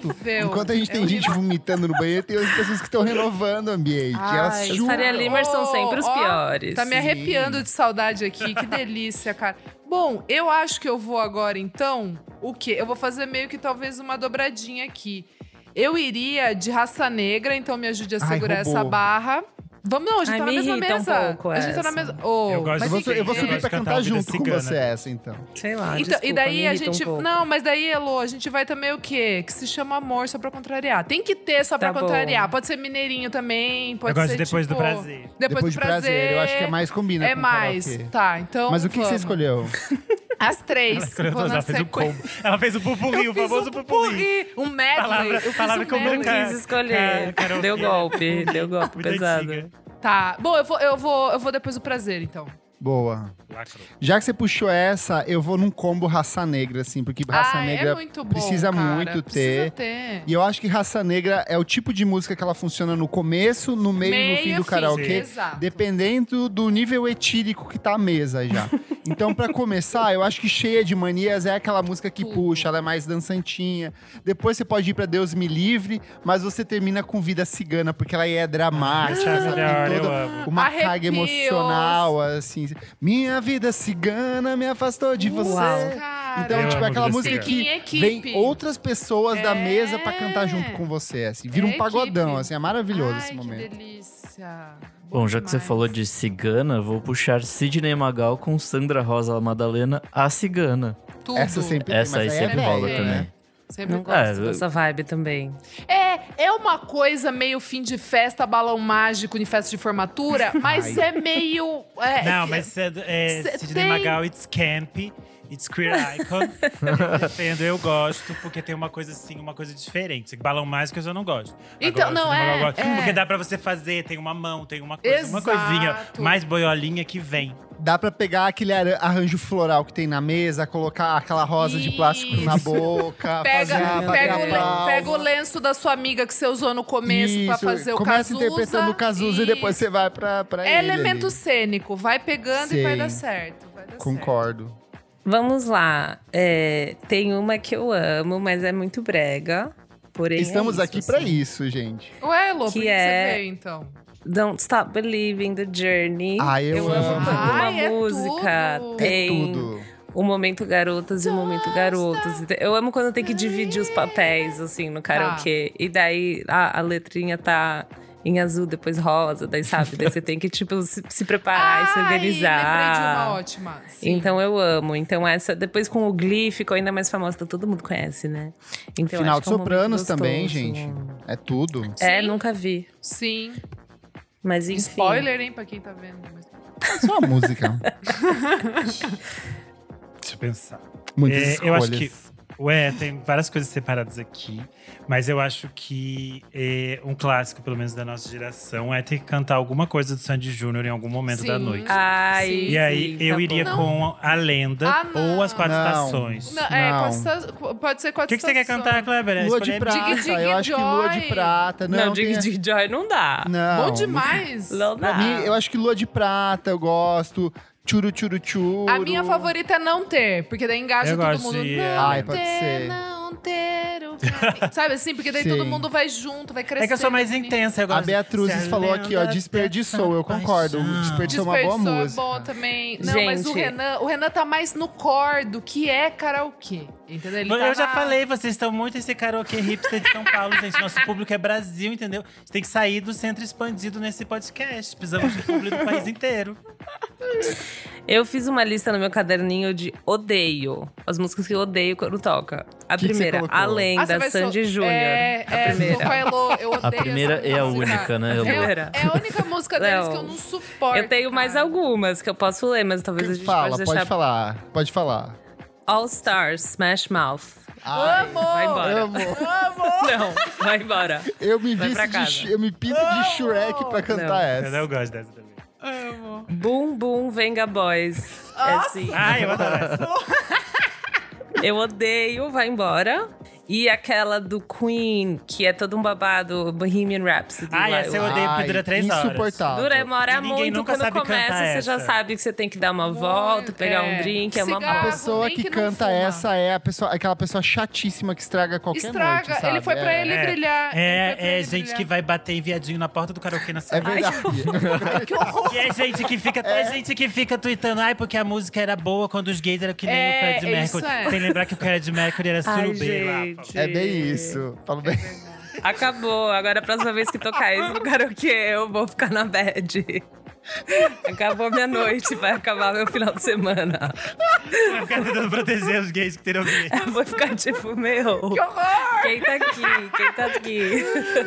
horrível. Enquanto a gente tem é gente vomitando no banheiro, tem as pessoas que estão renovando o ambiente. Ai, Elas Os julgam. Faria Limers são Oh, sempre os ó, piores. Tá me arrepiando de saudade aqui, que delícia, cara. Bom, eu acho que eu vou agora então. O quê? Eu vou fazer meio que talvez uma dobradinha aqui. Eu iria de raça negra, então me ajude a Ai, segurar roubou. essa barra. Vamos, não, a gente Ai, tá na me mesma irrita um mesa. pouco a gente tá na essa. mesma. Oh, Eu gosto Eu mas vou, de- ninguém- eu vou subir gosto pra de cantar cantar Vida junto com Cigana. você essa, então. Sei lá, Então, desculpa, e daí me a irrita um gente. pouco. não, mas daí, Elô, a gente vai também o quê? Que se chama amor só pra contrariar. Tem que ter só pra Tá bom. contrariar. Pode ser mineirinho também, pode Eu gosto ser. de depois tipo, do prazer. Depois, do prazer. Eu acho que é mais combina É com o mais. karaokê. Tá, então. Mas o que, que você vamos. escolheu? As três. Ela Vou na fez o sequência. combo. Ela fez o pupurri, Eu o fiz famoso um pupurri. pupurri, Um medley. Palavra- eu fiz palavra um que eu medley. Não Cara, quis escolher. cara, deu cara, golpe, deu golpe Muito pesado. antiga. Tá. Bom, eu vou, eu, vou, eu vou depois do prazer, então. Boa. Lacrou. Já que você puxou essa, eu vou num combo raça negra, assim, porque raça ah, negra. é muito bom, precisa cara, muito ter. precisa ter. E eu acho que raça negra é o tipo de música que ela funciona no começo, no meio, e no fim Meio do karaokê. Exato. Dependendo do nível etílico que tá a mesa já. Então, pra começar, eu acho que cheia de manias é aquela música que Tudo. puxa, ela é mais dançantinha. Depois você pode ir pra Deus Me Livre, mas você termina com vida cigana, porque ela é dramática, Ah, sabe? melhor, Tem eu toda amo. uma carga Arrepios. emocional, assim. Minha vida cigana me afastou de você. Uau. Cara, Então, Eu tipo, é amo aquela vida música cigana. que Em equipe. vem outras pessoas da É. mesa pra cantar junto com você, assim. Vira É um pagodão, equipe. assim, é maravilhoso esse Ai, momento. que delícia. Bom, já que você demais. falou de cigana, vou puxar Sidney Magal com Sandra Rosa Madalena, a cigana. Tudo. Essa sempre tem, Essa aí mas sempre é rola velha, também. né? Sempre Não gosto. gosto eu- dessa vibe também. É, é uma coisa meio fim de festa, balão mágico em festa de formatura, mas é meio. é, Não, que- mas é, é Cê Sidney tem- Magal, it's campy, it's queer icon. eu defendo, eu gosto, porque tem uma coisa assim, uma coisa diferente. Balão mágico eu já não gosto. Então, não, Sidney Magal é, eu gosto, é. Porque dá pra você fazer, tem uma mão, tem uma coisa, uma Exato. coisinha mais boiolinha que vem. Dá pra pegar aquele ara- arranjo floral que tem na mesa, colocar aquela rosa de plástico na Isso. boca, Pega, fazer a Meu pega, o, Deus. bacabal. len- pega o lenço da sua amiga que você usou no começo pra Isso, fazer o Começa Cazuza. interpretando o Cazuza e depois você vai pra, pra É ele elemento ali. cênico, vai pegando e vai Sim. dar certo. vai dar Concordo. Vamos lá. É, tem uma que eu amo, mas é muito brega. Porém, é Estamos isso, aqui pra assim. isso, gente. certo. Ué, Lô, por Que que, que é- você veio então? Don't Stop Believing the Journey. Ah, eu amo. uma Ai, é música. tudo. Tem Tem É tudo. o momento garotas e o momento garotos. Ent- Eu amo quando tem que dividir os papéis, assim, no karaokê. Tá. E daí a, a letrinha tá em azul, depois rosa, daí sabe? daí você tem que, tipo, se, se preparar e se Ai, Lembrei de organizar. uma ótima. Sim. Então eu amo. Então essa, depois com o Glee ficou ainda mais famosa, então todo mundo conhece, né? Então, Final acho de que é um momento Sopranos também, gostoso. gente. É tudo. É, Sim. nunca vi. Sim. Mas enfim. Spoiler, hein, pra quem tá vendo. mas- É só uma música. Deixa eu pensar. Muitas É, escolhas. eu acho que. Ué, tem várias coisas separadas aqui, mas eu acho que é, um clássico, pelo menos da nossa geração, é ter que cantar alguma coisa do Sandy Júnior em algum momento da Sim. noite. Ai, Sim. E aí sim, eu tá iria bom. com a lenda Ah, não. ou as quatro Não. estações. Não, é, Não. com essa- com- pode ser com a O que, que você quer estação. cantar, Kleber? É Lua Escolher- de prata. Dig, dig, eu acho que lua de joy. prata. Não, Não, Dig tem- Dig ah, Joy não dá. Não. Bom demais. Não dá. Pra mim, eu acho que lua de prata eu gosto. Churu, churu, churu. A minha favorita é não ter, porque daí engaja Eu todo gosto mundo. de- Não Ai, pode ter, ser. não ter. o caminho. Sabe assim? Porque daí Sim. todo mundo vai junto, vai crescer. É que eu sou mais intensa, eu A gosto. Beatruzes Se falou aqui, ó, lenda desperdiçou. Eu dessa concordo. paixão. Desperdiçou uma boa Dispersou é música. bom também. Não, mas o Gente. Renan, o Renan tá mais no core do que é karaokê. Entendeu? Ele Eu tava- já falei, vocês estão muito esse karaokê hipster de São Paulo, gente. Nosso público é Brasil, entendeu? A gente tem que sair do centro expandido nesse podcast. Precisamos de público do país inteiro. Eu fiz uma lista no meu caderninho de odeio. As músicas que eu odeio quando toca. A Que que você primeira, colocou? Além Ah, você da vai Sandy sol- Júnior. É, é, a primeira. ficou com a Elo, eu odeio A primeira essa é a música. única, né, Elo? Primeira. É, é a única música deles Léo, que eu não suporto. Eu tenho mais cara. algumas que eu posso ler, mas talvez a gente Fala, possa pode, deixar. falar. Pode falar. All Stars, Smash Mouth. Ai, Amo! Vai embora. amo. Oh! Não, vai embora. Eu me Vai visto pra de, casa. Sh- eu me pinto de Shrek pra cantar Não. essa. Eu gosto dessa também. Amo. Boom Boom Venga Boys. É assim. Ai, eu adoro essa. Eu odeio, vai embora. E aquela do Queen, que é todo um babado, Bohemian Rhapsody. Ai, lá, essa eu eu odeio, porque dura três horas. insuportável. Dura, é demora Ninguém muito. nunca Quando sabe começa, cantar você já essa. sabe que você tem que dar uma volta, pegar é. um drink, é uma Cigarro. A bosta. pessoa nem que, que não canta fuma. essa é a pessoa, aquela pessoa chatíssima que estraga qualquer noite, Estraga. sabe? ele foi pra É. ele brilhar. É, Ele foi pra é ele gente brilhar. que vai bater em viadinho na porta do karaokê na sua É verdade. E é gente que fica, é. gente que fica tweetando, ai, porque a música era boa quando os gays eram que nem É, o Fred Mercury. isso é. Sem lembrar que o Fred Mercury era Ai, surubê lá. gente. É bem isso. Falo É bem. Acabou. Agora, é a próxima vez que tocar isso no karaokê, eu vou ficar na bad. Acabou minha noite, vai acabar meu final de semana. Vai ficar tentando proteger os gays que terão gays. Eu vou ficar tipo, meu. Que horror! Quem tá aqui? Quem tá aqui?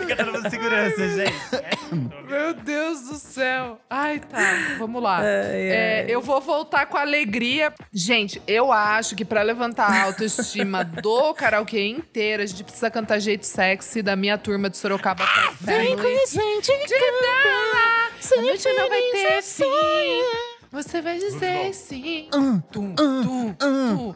Fica dando uma segurança, gente. Meu Deus do céu. Ai, tá. Vamos lá. Ai, É, eu vou voltar com alegria. Gente, eu acho que pra levantar a autoestima do karaokê inteiro, a gente precisa cantar Jeito Sexy da minha turma de Sorocaba. Vem com gente cantar. A noite não vai ter fim. Você vai dizer sim. Tum, tum, tum.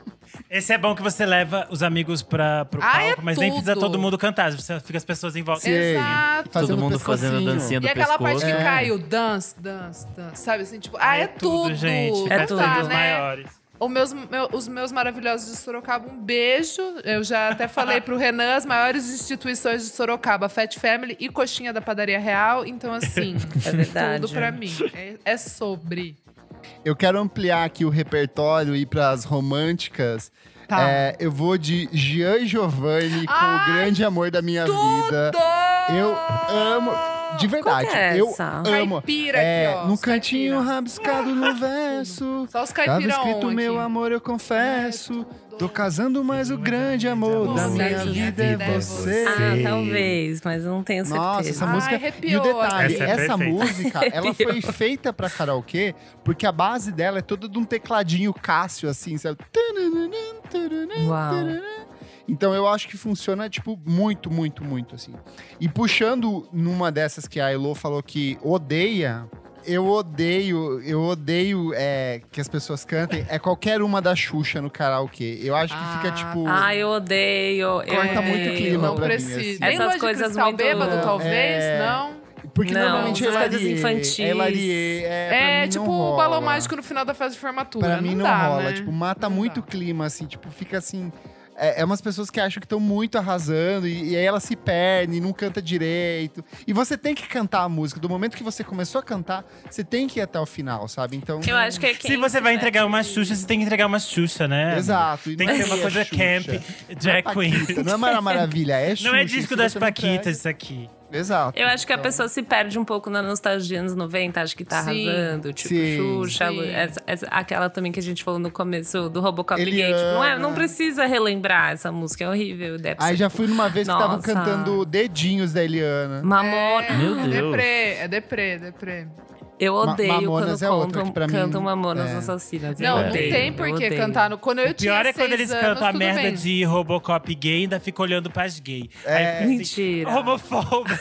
Esse é bom que você leva os amigos pra, pro Ah, é palco, mas nem precisa tudo. todo mundo cantar. Você fica as pessoas em volta. Sim. Exato. Todo Fazendo mundo fazendo a pescocinho. dancinha do E aquela parte pescoço. que É. caiu, dance, dance, dance, sabe assim, tipo, ah, é, tudo, tá, né? gente. Não É Fica tudo. dá, os maiores. Os meus, meu- os meus maravilhosos de Sorocaba, um beijo. Eu já até falei pro Renan as maiores instituições de Sorocaba, Fat Family e Coxinha da Padaria Real. Então, assim, É verdade. tudo pra mim. É, é sobre. Eu quero ampliar aqui o repertório e ir pras românticas. Tá. É, eu vou de Gian Giovanni com Ai, o grande amor da minha vida. É, Eu amo. De verdade, Qual que é eu essa? amo. Caipira é, aqui, ó. no os cantinho caipira. rabiscado Ah, no verso. Só os Tava caipirão escrito aqui. É, meu amor, eu confesso. Tô casando, mas o grande amor da Você, minha vida é você. Ah, talvez, mas eu não tenho certeza. Nossa, essa Ai, música. e o arrepiou. detalhe, Essa essa, é perfeita. música, ela foi feita pra karaokê, porque a base dela é toda de um tecladinho Cássio, assim, sabe? Tananana, tananana, Uau. tananana. Então eu acho que funciona, tipo, muito, muito, muito, assim. E puxando numa dessas que a Elo falou que odeia. Eu odeio, eu odeio é, que as pessoas cantem. É qualquer uma da Xuxa no karaokê. Eu acho que fica, Ah, tipo. Ah, eu odeio. É. Corta eu tá muito o odeio. clima não pra mim, precisa. assim. Nem Essas Lua de coisas Cristal muito- bêbado, Não, talvez, é. não? Porque Não, normalmente é essas coisas Larie, infantis. É Larie, pra É, mim tipo não o balão rola. mágico no final da fase de formatura. Pra mim não, dá, rola. né? Tipo, mata Não muito dá. o clima, assim. Tipo, fica assim. É, é umas pessoas que acham que estão muito arrasando e, e aí ela se perde, não canta direito. E você tem que cantar a música. Do momento que você começou a cantar, você tem que ir até o final, sabe? Então. Eu acho que é quem Se você vai entregar uma Xuxa, você tem que entregar uma Xuxa, né? Exato. E Tem não que ser uma é coisa Xuxa. camp, drag Paquita, queen. Não é Mara Maravilha, é Não é Xuxa, disco se das você não Paquitas isso aqui. pega- Exato. Eu acho que a Então, pessoa se perde um pouco na nostalgia dos 90, acho que tá Sim. arrasando. Tipo, Sim. Xuxa, Sim. Lu- essa- essa- aquela também que a gente falou no começo do Robocop Eliana. Gate. Não, é, não precisa relembrar essa música, é horrível. Deve Aí ser. tipo, já fui numa vez que estavam Nossa. cantando Dedinhos da Eliana. Mamona. Meu É Deus. deprê, é deprê, deprê. Eu Ma- odeio Mamonas quando é outra contam, que pra mim- cantam Mamonas é. Assassinas. Eu Não, não odeio, tem eu por que odeio. cantar. No, quando eu O pior tinha é quando seis eles anos, cantam a tudo merda bem. de Robocop gay e ainda fica olhando pras gay. É. assim, Mentira. Homofóbica.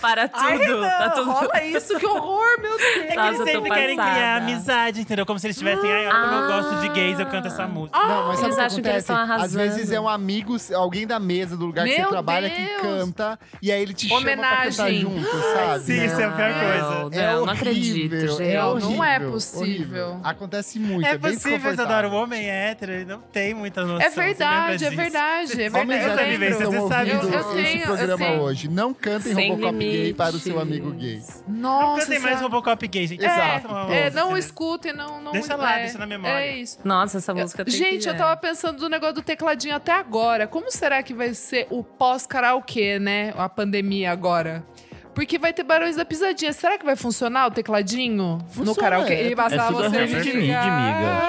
Para tudo. tá tudo. rola É isso, que horror, meu Deus. Nossa, Eles eu tô sempre querem passada. criar amizade, entendeu? Como se eles tivessem, ai, olha como eu Ah. gosto de gays, eu canto essa música. Não, mas sabe Eles o que acham que eles acontece? estão arrasando. Às vezes é um amigo, alguém da mesa do lugar que Meu você trabalha Deus! que canta e aí ele te Homenagem. chama pra cantar junto, sabe? sim, isso é a pior Não, coisa. não, não acredito, gente. é Não, horrível, não é possível. horrível. Acontece muito, é, É bem possível, Isadora. desconfortável. O homem hétero ele não tem muita noção. É você lembra verdade, é disso? verdade, é Homens verdade. Essa eu héteros vivência, estão lembro. você sabe ouvindo Eu- eu esse tenho- assim, eu programa tenho. hoje. Não cantem Sem Robocop gay limites. para o seu amigo gay. Não Nossa, cantem mais será- Robocop gay, gente. Exato. é, não escuta. escutem, não, não. Deixa lá, é, deixa na memória. É isso. Nossa, essa música tem Gente, que é. eu tava pensando do negócio do tecladinho até agora. Como será que vai ser o pós-karaokê, né? A pandemia agora. Porque vai ter Barões da Pisadinha. Será que vai funcionar o tecladinho Funciona, no karaokê? é. Ele bastava tudo você arranjo de ligar. mídia, amiga.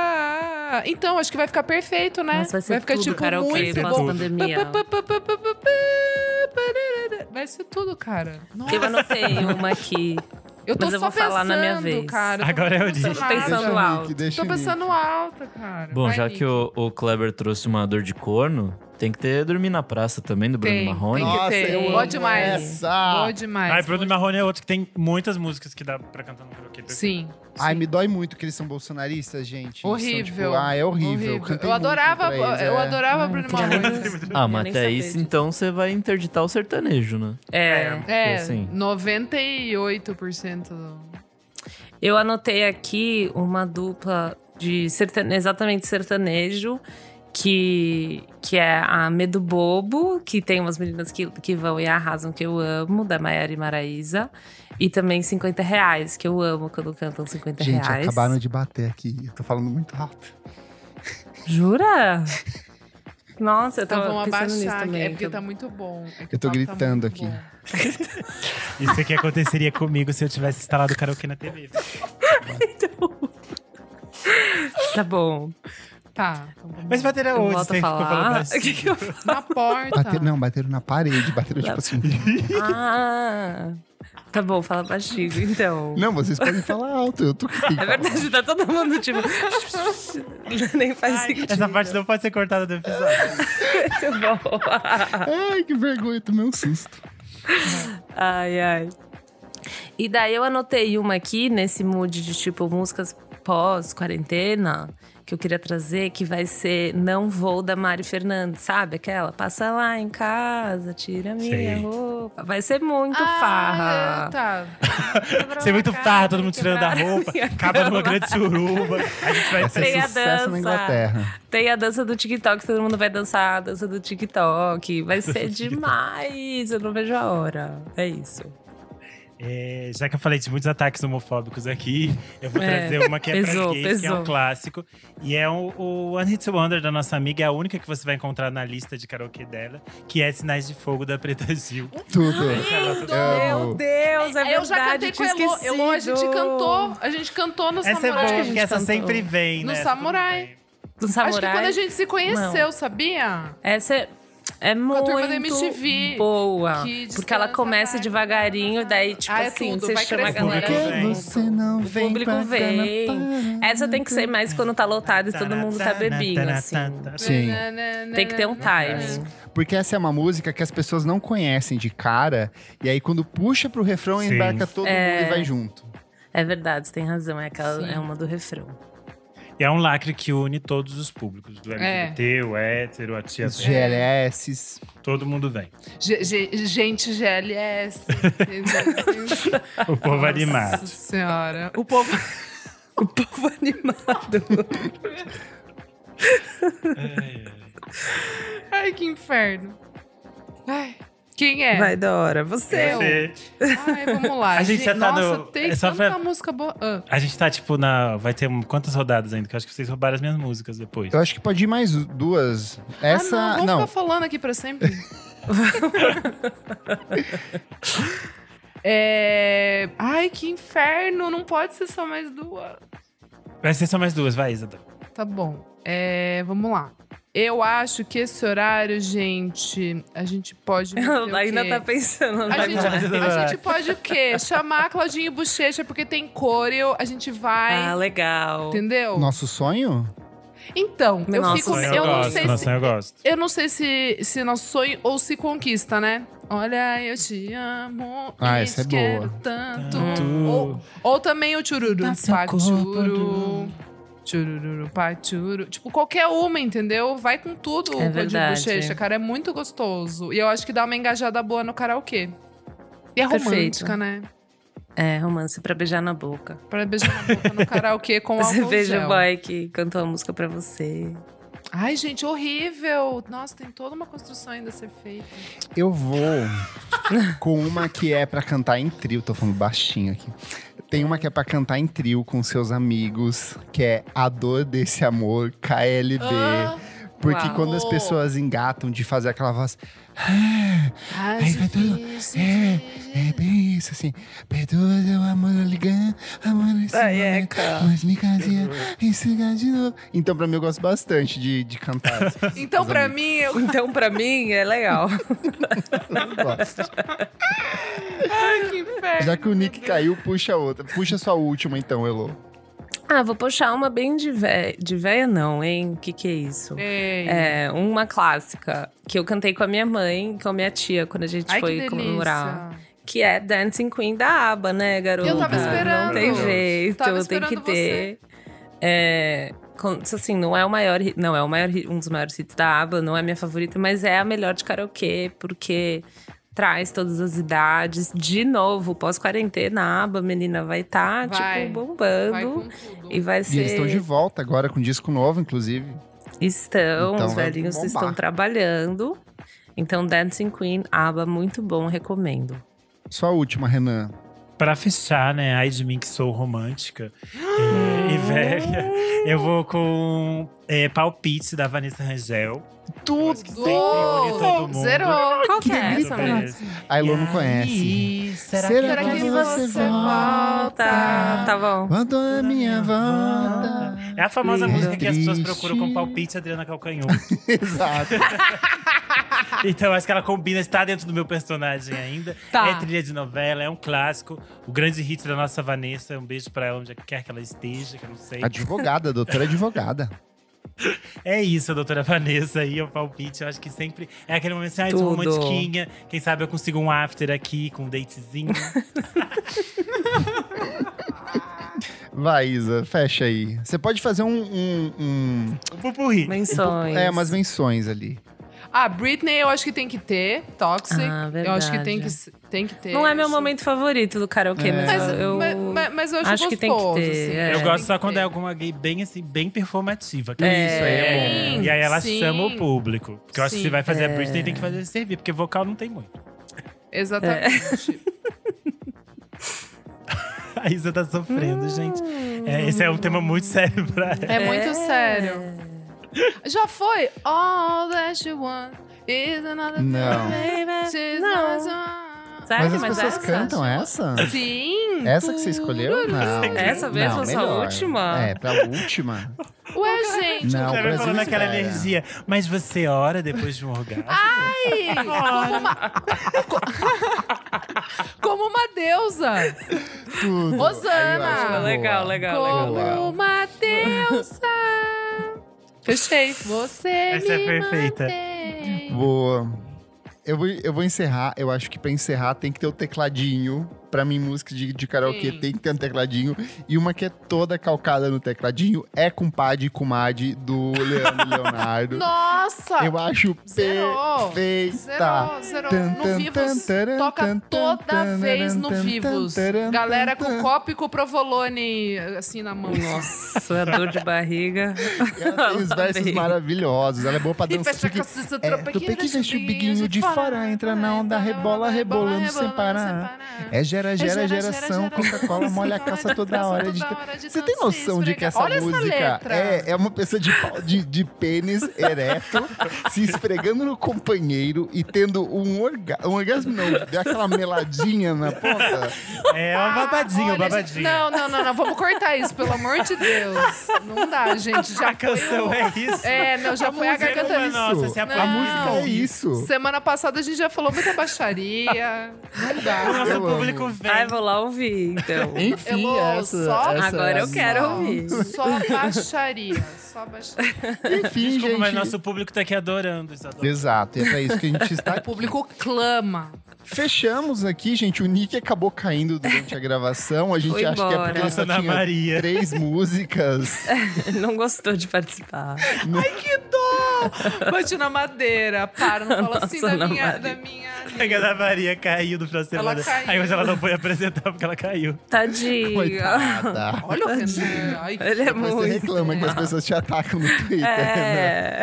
Ah, Então, acho que vai ficar perfeito, né? Nossa, vai ser ficar tudo tipo karaokê muito pós bom. pandemia. Pá, pá, pá, pá, pá, pá. Vai ser tudo, cara. Nossa, Eu anotei uma aqui. eu tô mas eu só vou falar na minha pensando, vez. cara. é Agora tô eu digo. emocionada. Pensando Deixa o alto. Nick, deixa Tô o Nick. pensando alto, cara. Bom, Vai, já Nick. que o, o Kleber trouxe uma dor de corno, tem que ter Dormir na Praça também, do Bruno Tem, Marrone. tem que Nossa, ter. eu Boa amo demais. essa. Boa demais. Ai, Bruno Boa Marrone é outro que tem muitas músicas que dá pra cantar no karaokê. demais. Sim. Ai, me dói muito que eles são bolsonaristas, gente. Eles são, tipo, Horrível. ah, é horrível. Cantei Eu muito adorava, pra eles, é. eu adorava Bruno Marrone. Ah, Eu mas nem até sabia isso, disso. então, você vai interditar o sertanejo, né? É. É, assim. 98% do... Eu anotei aqui uma dupla de sertane... exatamente sertanejo, que, que é a Medo Bobo, que tem umas meninas que, que vão e arrasam, que eu amo, da Maiara e Maraísa. E também 50 reais, que eu amo quando cantam 50 Gente, reais. acabaram de bater aqui. Eu tô falando muito rápido. Jura? Nossa, eu Então tava vamos pensando nisso abaixar. também. É porque que eu- tá muito bom. É que Eu tô o papo tá gritando muito aqui. bom. Isso aqui aconteceria comigo se eu tivesse instalado o karaokê na TV. Tá bom. Tá. então vamos Mas bater Eu aonde? volto Você a ficou falando falar. assim. O que que eu Na Tá. porta. Bateram, não, bateram na parede. Bateram tipo assim. Ah, tá bom, fala baixinho, então. Não, vocês podem falar alto. Eu tô que tem que É falar. verdade, tá todo mundo tipo. Nem faz Ai, sentido. Essa parte não pode ser cortada do episódio. Muito bom. Ai, que vergonha. Eu tomei um susto. Ai, ai. E daí eu anotei uma aqui nesse mood de tipo músicas pós-quarentena que eu queria trazer, que vai ser Não Vou da Mari Fernandes, sabe? Aquela passa lá em casa, tira minha Sei. roupa. Vai ser muito ah, farra. Tá. Você é muito farra, todo mundo tirando a roupa, minha acaba numa cama. grande suruba. A gente vai Vai assim. ser Tem a é sucesso dança. na Inglaterra. Tem a dança do TikTok, todo mundo vai dançar a dança do TikTok. Vai ser demais. Eu não vejo a hora. É isso. É, já que eu falei de muitos ataques homofóbicos aqui, eu vou É, trazer uma que é pesou, pra gays, que é um pesou. clássico. E é o, o One Hit Wonder da nossa amiga, é a única que você vai encontrar na lista de karaokê dela, que é Sinais de Fogo da Preta Gil. Tudo. Meu Amo. Deus, é verdade. eu já cantei com tinha a Elo. Elo, a gente esquecido. cantou. A gente cantou no Essa é Samurai. boa, a gente porque essa cantou. sempre vem, No né? Samurai. Acho que Do Tudo bem. Samurai. quando a gente se conheceu, sabia? Essa é, é a muito turma da MTV. boa. Que Porque ela distância começa vai, devagarinho, vai, daí, vai. tipo Ah, é assim, tudo, você vai chama a crescendo. galera Porque junto. Você não O vem público pra cá, vem. não para. Essa tem que ser mais quando tá lotado e todo mundo tá bebinho, assim. Sim. Tem que ter Né? um timing. Porque essa é uma música que as pessoas não conhecem de cara. E aí, quando puxa pro refrão, Sim. embarca todo mundo e vai junto. É verdade, você tem razão. É, aquela, Sim. é uma do refrão. E é um lacre que une todos os públicos. É. Do LGBT, o hétero, a tia Os velha, GLS. Todo mundo vem. Ge- ge- gente GLS. O povo é animado. Nossa senhora. O povo. O povo animado. Ai, que inferno. Ai, quem é? Vai da hora. Você. Eu. Você- Ai, vamos lá. A gente já tá Nossa, no- tem é só tanta pra- música boa. Ah, A gente tá, tipo, na. Vai ter um- quantas rodadas ainda? Que eu acho que vocês roubaram as minhas músicas depois. Eu acho que pode ir mais duas. Essa. ah, não, vamos não, ficar falando aqui pra sempre. É, Ai, que inferno. Não pode ser só mais duas. Vai ser só mais duas, vai, Isadora. Tá bom. É, vamos lá. Eu acho que esse horário, gente, a gente pode. meter o Ela ainda quê? tá pensando. A vai gente, lá. a gente pode o quê? Chamar Claudinho Bochecha porque tem Coreo, a gente vai. Ah, legal. entendeu? Nosso sonho? Então, eu Nossa, fico. sonho Eu não gosto, sei nossa, se. eu gosto. Eu não sei se, se nosso sonho ou se conquista, né? Olha, eu te amo. Ah, e essa é te quero boa. Tanto. Tanto. Ou, ou também o Chururu. Nossa, Pachuru. corpo. Chururu, pachuru. Tipo, qualquer uma, entendeu? Vai com tudo É o Código verdade. Bochecha, cara. É muito gostoso. E eu acho que dá uma engajada boa no karaokê. E é Perfeito. romântica, né? É, romance pra beijar na boca. Pra beijar na boca no karaokê com Você álcool beija gel. o boy que cantou a música pra você. Ai, gente, horrível. Nossa, tem toda uma construção ainda a ser feita. Eu vou. com uma que é pra cantar em trio, tô falando baixinho aqui. Tem uma que é pra cantar em trio com seus amigos, que é A Dor Desse Amor, KLB. Ah, Porque uau. quando as pessoas engatam de fazer aquela voz. ai, Aí vai tudo- difícil. É, é bem isso, assim. Perdoa o amor ligando, amor nesse Ai, é, momento, cara. Mas me casia, ensinar de novo. Então, pra mim, eu gosto bastante de, de cantar. assim, Então, os é pra amigos. mim, eu. Então, pra mim, é legal. Eu gosto. Ai, que inferno. Já que o Nick caiu, puxa outra. Puxa sua última, então, Elo. Ah, vou puxar uma bem de véia, de véia não, hein? Que que é isso? Ei. É, uma clássica que eu cantei com a minha mãe, com a minha tia, quando a gente Ai, que foi delícia. comemorar. Que é Dancing Queen da ABBA, né, garota? Eu tava Não esperando. tem jeito, Tava tem que esperando ter. É, com- assim, não é o maior, hit- não é o maior, hit- um dos maiores hits da ABBA, não é a minha favorita, mas é a melhor de karaokê, porque traz todas as idades. De novo, pós-quarentena, a ABBA, menina, vai estar, Vai. tipo, bombando. Vai com tudo. E vai E ser. eles estão de volta agora com um disco novo, inclusive. Estão, Então os vai velhinhos bombar. estão trabalhando. Então, Dancing Queen, aba muito bom, recomendo. Sua última, Renan. Pra fechar, né? Ai de mim que sou romântica eh, e velha. Eu vou com eh, Palpite da Vanessa Rangel. Tudo! Sempre une todo mundo. Zerou. Qual que é delícia, essa né? música? A Elo E não aí, conhece. Será, Será que você Tá, tá bom. Quando é minha volta. É a famosa Lindo. música que as pessoas Triste. procuram com palpite Adriana Calcanhoto. Exato. então acho que ela combina, está dentro do meu personagem ainda. Tá. É trilha de novela, é um clássico. O grande hit da nossa Vanessa, um beijo pra ela onde quer que ela esteja, que eu não sei. Advogada, doutora advogada. É isso, doutora Vanessa, aí o palpite. Eu acho que sempre é aquele momento assim, ai, sou Tudo. romantiquinha. Quem sabe eu consigo um after aqui, com um datezinho. Vai, Isa, fecha aí. Você pode fazer um. um- um- Um pupurri. Menções. é, umas menções ali. Ah, Britney eu acho que tem que ter. Toxic. Ah, eu acho que verdade. tem que, s- tem que ter. Não é meu isso. momento favorito do karaokê, É. mas, Mas, eu. mas, mas- mas eu acho, acho que tem que gostoso, ter, assim. é. Eu Tem gosto só que quando ter. é alguma gay bem assim, bem performativa. que É. Isso aí é bom. Sim, E aí ela sim. chama o público. Porque eu acho que Sim. É. se vai fazer a Britney, tem que fazer servir, porque vocal não tem muito. É. Exatamente. A Isa tá sofrendo, gente. É, esse é um tema muito sério pra ela. Hum. É. muito sério. Já foi All That You Want Is Another Não. She's Não. not one. Sabe, mas as mas pessoas essa- cantam essa? Sim. Essa que você escolheu? Não. Essa mesmo, Não, essa melhor. última? É, pra última. Ué, gente. Não, Ela o vai Brasil falando aquela espera. energia. Mas você ora depois de um orgasmo? Ah, Ai, como uma... como uma deusa. Tudo. Osana. Aí eu acho Legal, boa. legal, legal. Como legal. uma deusa. Fechei. Você Essa é me perfeita. mantém. Boa. Eu vou, eu vou encerrar. Eu acho que pra encerrar tem que ter o tecladinho. Pra mim, música de, de karaokê Sim. tem que ter um tecladinho. E uma que é toda calcada no tecladinho é Compadre e Comadre do Leandro e Leonardo. Nossa! Eu acho Zerou. perfeita. Zerou, zerou. Tá. Tan, No tan, Vivos, tan, taran, toca tan, toda tan, vez no taran, Vivos. tan, taran, Galera tan, com tan. copo e com provolone, assim, na mão. Nossa, a dor de barriga. Ela tem os versos Amei. maravilhosos. Ela é boa pra E dançar. fecha a Porque calça, é, tropa tu que tem que entra deixar o biguinho de fora, entra né? na onda, rebola, rebolando sem parar. É gera, gera, geração, Coca-Cola molha a calça toda hora. de toda tan- hora de Você tem tanto se noção de que essa esfregar. Olha música letra. é, é uma pessoa de, pau- de, de pênis ereto se esfregando no companheiro e tendo um, orga, um orgasmo, não, daquela meladinha na ponta? É um babadinho, Olha, gente, um babadinho. Não, não, não, não. Vamos cortar isso, pelo amor de Deus. Não dá, gente. Já a canção foi o- é isso. É, não, já foi a música é garganta. uma nossa, se a Não. a música é isso. Semana passada a gente já falou muita baixaria. Não O dá. nosso Eu amo. público vem. Ai, vou lá ouvir, então. Enfim, Elô, essa, só- essa- Agora eu quero Só- ouvir. Só baixaria. Só baixaria. Enfim, Desculpa, gente. mas nosso público tá aqui adorando. isso, adorando. Exato, e é pra isso que a gente está O público clama. Fechamos aqui, gente. O Nick acabou caindo durante a gravação. A gente Foi acha que é embora. porque ele só Ana tinha Maria. três músicas. Não gostou de participar. Ai, que dó! Bati na madeira, para, não fala assim Nossa, da não, minha, Mari. da minha. A Ana Maria caiu do final de Ela semana. caiu. Aí hoje ela não foi apresentar porque ela caiu. Tadinha. Coitada. Olha o Renan. Ai, que- Ele é Depois você muito. reclama que as pessoas te atacam no Twitter. né? É.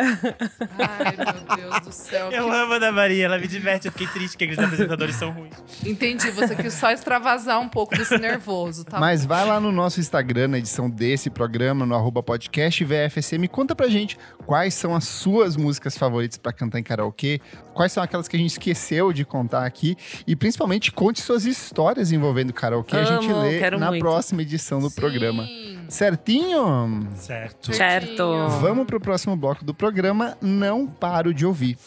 Ai, meu Deus do céu. Eu amo a Ana Maria, ela me diverte. Eu fiquei triste que aqueles apresentadores são ruins. Entendi, você quis só extravasar um pouco desse nervoso, tá? Mas vai lá no nosso Instagram, na edição desse programa, no arroba podcast VFSM, conta pra gente quais são as suas músicas favoritas pra cantar em karaokê, quais são aquelas que a gente esqueceu de contar aqui e principalmente conte suas histórias envolvendo karaokê, a gente Amo, lê quero na muito. próxima edição do Sim. programa. Certinho? Certo. Certo. Vamos pro próximo bloco do programa, não paro de ouvir.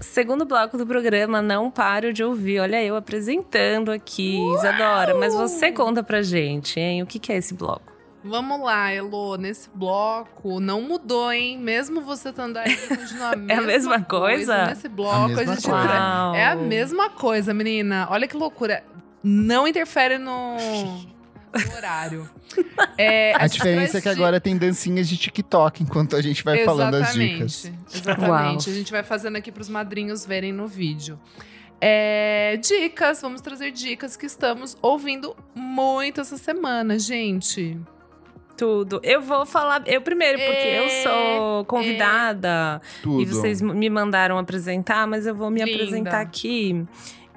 Segundo bloco do programa, não paro de ouvir. Olha, eu apresentando aqui, Isadora. Mas você conta pra gente, hein? O que, que é esse bloco? Vamos lá, Elô. Nesse bloco não mudou, hein? Mesmo você estando aí, continua a mesma, É mesma coisa? Nesse bloco a, mesma gente coisa. tra- Uau. É a mesma coisa, menina. Olha que loucura. Não interfere no, no horário. É, A gente diferença é traz que di- agora tem dancinhas de TikTok enquanto a gente vai falando as dicas. Exatamente. Uau. A gente vai fazendo aqui para os madrinhos verem no vídeo. É, dicas, vamos trazer dicas que estamos ouvindo muito essa semana, gente. Tudo. Eu vou falar eu primeiro, porque É, eu sou convidada Tudo. e vocês m- me mandaram apresentar, mas eu vou me Linda. apresentar aqui.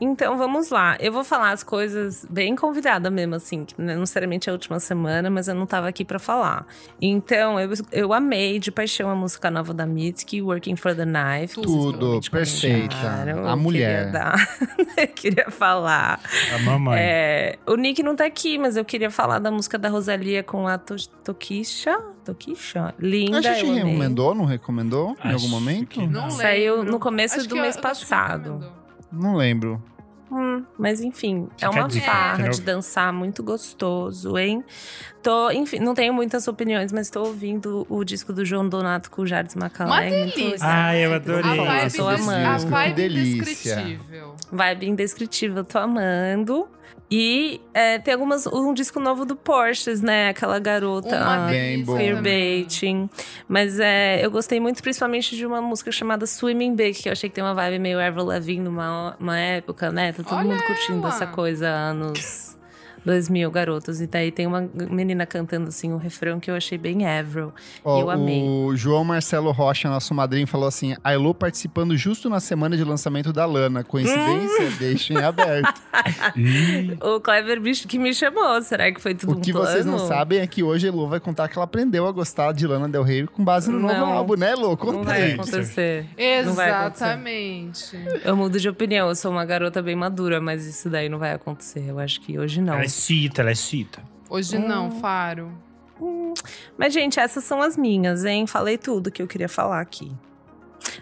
Então vamos lá. Eu vou falar as coisas bem convidada mesmo, assim, que não necessariamente é a última semana, mas eu não tava aqui pra falar. Então eu, eu amei de paixão a música nova da Mitski, Working for the Knife. que vocês Tudo, provavelmente perfeita. comentaram. A Eu mulher. Queria, dar- eu queria falar. A mamãe. É, o Nick não tá aqui, mas eu queria falar da música da Rosalia com a to Tokisha. Tokisha? Linda. a gente eu amei. recomendou, não recomendou em algum Acho momento? que Não lembro. Saiu no começo Acho do que eu- mês eu acho que passado. recomendou. Não lembro. Hum, mas enfim, é Fica a uma dica, farra entendeu? de dançar, muito gostoso, hein? Tô, enfim, não tenho muitas opiniões, mas tô ouvindo o disco do João Donato com o Jardim então Macalé. Uma muito delícia. Ai, eu Tô A adorei. é amando, vibe, tô des- a amando. vibe Que delícia. indescritível. Vibe indescritível, tô amando. E é, tem algumas, um disco novo do Porsches, né? Aquela garota. Uma a- Bem bom. delícia. queerbaiting. Mas é, eu gostei muito, principalmente de uma música chamada Swimming Big, que eu achei que tem uma vibe meio Avril Lavigne numa uma época, né? Tá todo Olha mundo curtindo ela! essa coisa anos 2000, garotos. E daí tem uma menina cantando assim um refrão que eu achei bem Avril. Ó, Eu amei. O João Marcelo Rocha, nosso madrinho, falou assim: a Elo participando justo na semana de lançamento da Lana. Coincidência? Hum. Deixa em aberto. Ih, O Clever bicho que me chamou, será que foi tudo o que um plano? vocês não sabem é que hoje a Elo vai contar que ela aprendeu a gostar de Lana Del Rey com base no novo Não. álbum, né, Elo? Não Conta vai aí. acontecer. Não vai acontecer. Exatamente. Eu mudo de opinião, eu sou uma garota bem madura, mas isso daí não vai acontecer. Eu acho que hoje não. ela é chita, ela é chita. Hoje Ah. não, Faro. Hum, Mas, gente, essas são as minhas, hein? Falei tudo que eu queria falar aqui.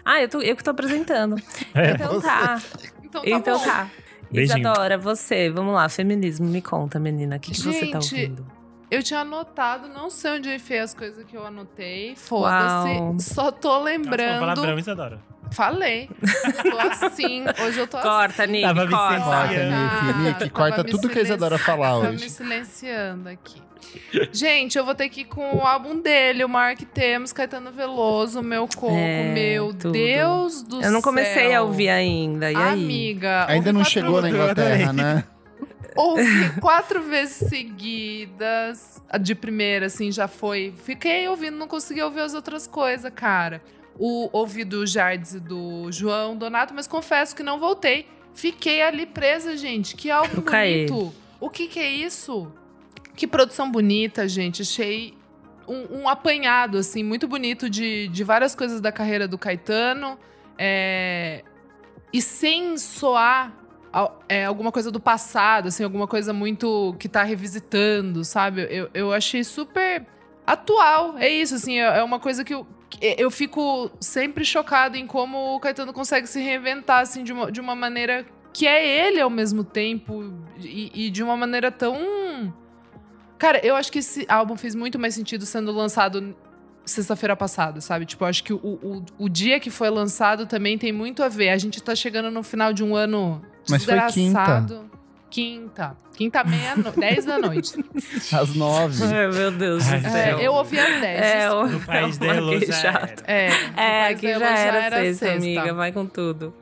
Ah, eu, tô, eu que tô apresentando. É, então você. tá. Então tá Então bom. tá. Beijinho. Isadora, você, vamos lá, feminismo, me conta, menina, o que, que você tá Gente, ouvindo? Eu tinha anotado, não sei onde eu enfiei as coisas que eu anotei. Foda-se. Uau. Só tô Nossa, um lembrando. palavrão, Isadora. Falei. tô assim. Hoje eu tô Corta, Nick, Tava me corta. sentindo- Corta, Ah, Nick. Nick, tava corta me tudo que a Isadora falar Tava me hoje. silenciando aqui. Gente, eu vou ter que ir com o álbum dele, o Mark Temos, Caetano Veloso, Meu Coco, É, meu tudo. Deus do céu. Eu não comecei a ouvir ainda, e aí? Amiga. Ainda ouvi não quatro- chegou na Inglaterra, né? Ouvi quatro vezes seguidas. A De primeira, assim, já foi. Fiquei ouvindo, não consegui ouvir as outras coisas, cara. O ouvi do Jardes e do João Donato, mas confesso que não voltei. Fiquei ali presa, gente. Que álbum Eu caí. bonito. O que que é isso? Que produção bonita, gente. Achei um, um apanhado, assim, muito bonito de, de várias coisas da carreira do Caetano. É, e sem soar al- é, alguma coisa do passado, assim, alguma coisa muito que tá revisitando, sabe? Eu, eu achei super atual. É isso, assim, é é uma coisa que eu, que eu fico sempre chocado em como o Caetano consegue se reinventar, assim, de uma, de uma maneira que é ele ao mesmo tempo e, e de uma maneira tão. Cara, eu acho que esse álbum fez muito mais sentido sendo lançado sexta-feira passada, sabe? Tipo, eu acho que o, o, o dia que foi lançado também tem muito a ver. A gente tá chegando no final de um ano Mas foi quinta. desgraçado. Quinta. Quinta, meia, no... 10 da noite. Às nove. Ai, meu Deus do Ai, céu. É, eu ouvi às 10. É, o- No país é uma dela já queixada. era. É, É, mas aqui eu já era, sexta, amiga. Vai com tudo.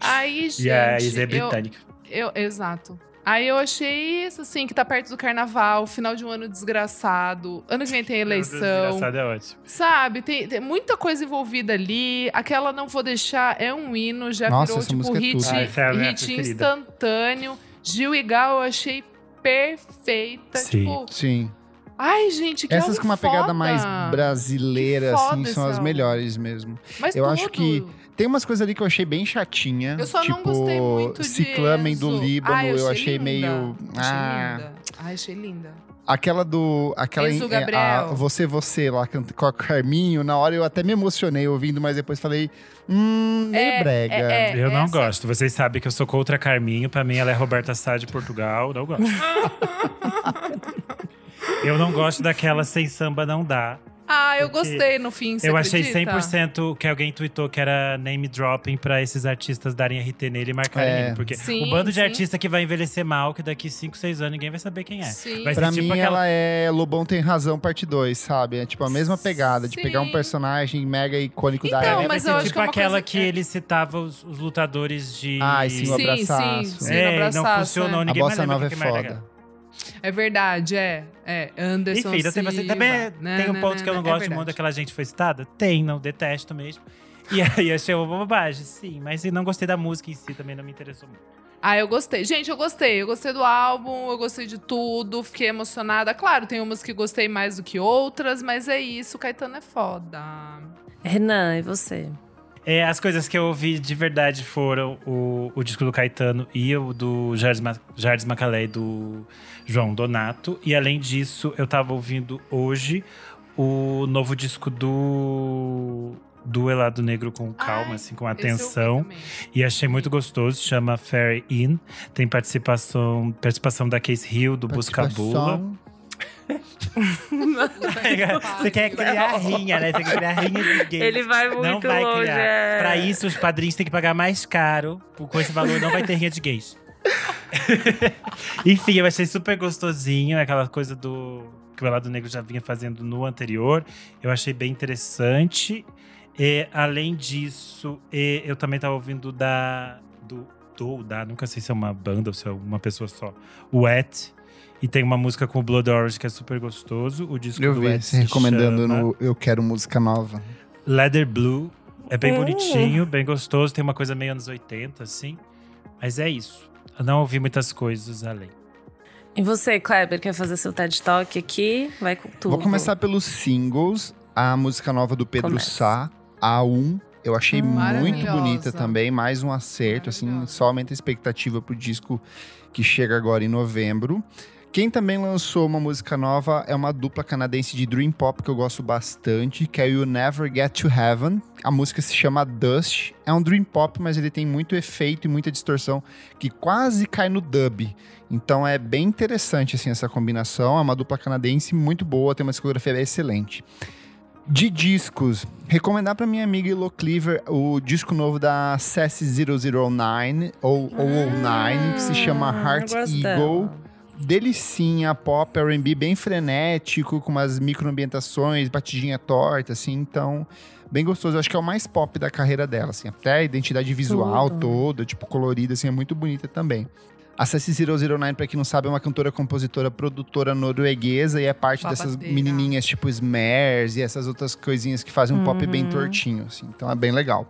Aí, gente, E a Isa é eu, britânica. eu- exato. Aí eu achei isso, assim, que tá perto do carnaval, final de um ano desgraçado, ano que vem tem eleição, Engraçado é ótimo. sabe? Tem, tem muita coisa envolvida ali, aquela Não Vou Deixar é um hino, já Nossa, virou, essa tipo, música é hit, tudo. Ah, essa é a minha hit preferida. instantâneo. Gil e Gal eu achei perfeita, Sim. tipo... Sim. Ai, gente, que Essas álbum com uma pegada foda. mais brasileira, Que foda assim, são esse as álbum. melhores mesmo. Mas eu acho tudo. que- Tem umas coisas ali que eu achei bem chatinha. Eu só tipo, não gostei muito de Ciclamen do Enzo. Líbano, Ah, Ai, eu achei linda. meio. Achei ah, linda. Ai, achei linda. Aquela do. Aquela Enzo é, Gabriel. a Você, você lá canta com a Carminho. Na hora eu até me emocionei ouvindo, mas depois falei. Hum, meio É, brega. é, é. eu não essa- gosto. Vocês sabem que eu sou contra Carminho. Pra mim, ela é Roberta Sá de Portugal. Não gosto. eu não gosto daquela sem samba não dá. Ah, eu Porque gostei no fim, você eu achei acredita? 100% que alguém tweetou que era name dropping pra esses artistas darem RT nele e marcarem É. ele. Porque Sim, um bando de sim. artista que vai envelhecer mal, que daqui 5, 6 anos ninguém vai saber quem é. Sim. Vai ser Pra tipo mim, aquela- ela é Lobão Tem Razão, parte 2, sabe? É tipo a mesma pegada de pegar um Sim. personagem mega icônico da Então, época. mas vai ser eu acho tipo que é uma aquela coisa- que é. ele citava os, os lutadores de. Ai, sim, o Sim, abraçaço. sim, sim. É, abraçaço, não funcionou, é. Ah, A ninguém mais bossa lembra nova é quem que merda foda. era. É verdade, é. É, Anderson Enfim, então tem Silva. bastante. Também é- Né, tem um né, ponto né, que eu não né, é gosto muito verdade. daquela gente que foi citada? Tem, não, detesto mesmo. E aí achei uma bobagem, sim. Mas e não gostei da música em si, também não me interessou muito. Ah, eu gostei. Gente, eu gostei. Eu gostei do álbum, eu gostei de tudo, fiquei emocionada. Claro, tem umas que gostei mais do que outras, mas é isso, o Caetano é foda. Renan, e você? É, as coisas que eu ouvi de verdade foram o, o disco do Caetano e o do Jardim, Ma Jardim Macalé e do João Donato. E além disso, eu tava ouvindo hoje o novo disco do, do Elado Negro com calma, Ai, assim, com Esse eu ouvi atenção. também. E achei muito gostoso, chama Fairy In. Tem participação, participação da Case Hill, tipo, do é Busca Bula. Participação. Você quer criar rinha, né? Você quer criar rinha de gays. Ele vai muito não vai longe. criar. é. Pra isso, os padrinhos têm que pagar mais caro. Com esse valor, não vai ter rinha de gays. Enfim, eu achei super gostosinho. Aquela coisa do que o Elado Negro já vinha fazendo no anterior. Eu achei bem interessante. E, além disso, e, eu também tava ouvindo da... Do, do ou da, nunca sei se é uma banda ou se é uma pessoa só. Wet. E tem uma música com o Blood Orange que é super gostoso. O disco Eu do vi, Wet se recomendando é chama... no Eu Quero Música Nova. Leather Blue. É bem Hum. bonitinho, bem gostoso. Tem uma coisa meio anos 80, assim. Mas é isso. Eu não ouvi muitas coisas além. E você, Kleber, quer fazer seu TED Talk aqui? Vai com tudo. Vou começar pelos singles. A música nova do Pedro Começa. Sá, A1. Eu achei muito Maravilhosa. bonita também, mais um acerto, assim, Maravilhosa. só aumenta a expectativa pro disco que chega agora em novembro. Quem também lançou uma música nova é uma dupla canadense de Dream Pop que eu gosto bastante, que é You Never Get to Heaven. A música se chama Dust. É um Dream Pop, mas ele tem muito efeito e muita distorção que quase cai no dub. Então é bem interessante assim essa combinação. É uma dupla canadense muito boa, tem uma discografia excelente. De discos, recomendar para minha amiga Elo Cleaver o disco novo da CS009 ou 009, que se chama Hum, Heart eu gosto Eagle. dela. Delicinha, pop, R&B bem frenético, com umas microambientações, batidinha torta, assim, então bem gostoso. Eu acho que é o mais pop da carreira dela, assim, até a identidade visual Tudo. toda, tipo, colorida, assim, é muito bonita também. A Cessi009, pra quem não sabe, é uma cantora, compositora, produtora norueguesa e é parte dessas Babadeira. menininhas tipo Smers e essas outras coisinhas que fazem um pop bem Uhum. tortinho, assim, então é bem legal.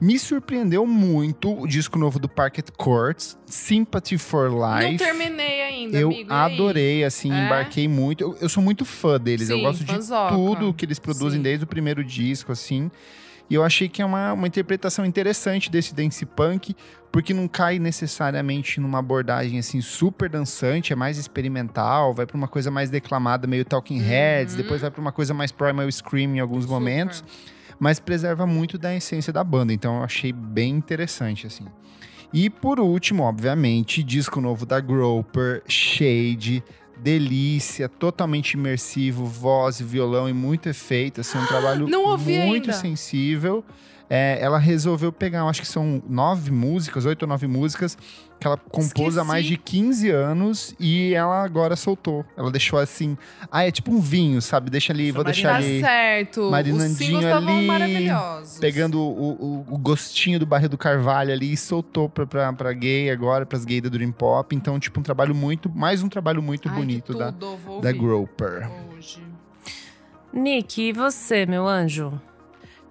Me surpreendeu muito o disco novo do Parket Courts, Sympathy for Life. Não terminei ainda, Eu amigo. e aí? adorei, assim, É? embarquei muito. Eu, eu sou muito fã deles, eu Sim, gosto de fanzoca. tudo que eles produzem Sim. desde o primeiro disco, assim. E eu achei que é uma, uma interpretação interessante desse dance punk, porque não cai necessariamente numa abordagem, assim, super dançante, é mais experimental, vai pra uma coisa mais declamada, meio Talking Heads, Uhum. depois vai pra uma coisa mais Primal Scream em alguns Super. momentos mas preserva muito da essência da banda, então eu achei bem interessante, assim. E por último, obviamente, disco novo da Groper, Shade, delícia, totalmente imersivo, voz, violão e muito efeito, assim, um trabalho Ah, Não ouvi muito ainda. sensível. é, ela resolveu pegar, eu acho que são nove músicas, oito ou nove músicas, que ela compôs há mais de 15 anos e ela agora soltou. Ela deixou assim. Ah, é tipo um vinho, sabe? Deixa ali, Essa vou deixar Tá ali. certo. Os Marinandinho singles estavam ali, maravilhosos. Pegando o, o- o gostinho do barril do Carvalho ali e soltou pra, pra, pra gay agora, pras gays da Dream Pop. Então, tipo, um trabalho muito. Mais um trabalho muito Ai, que bonito da, tudo, vou da ouvir Groper. Hoje. Nick, e você, meu anjo?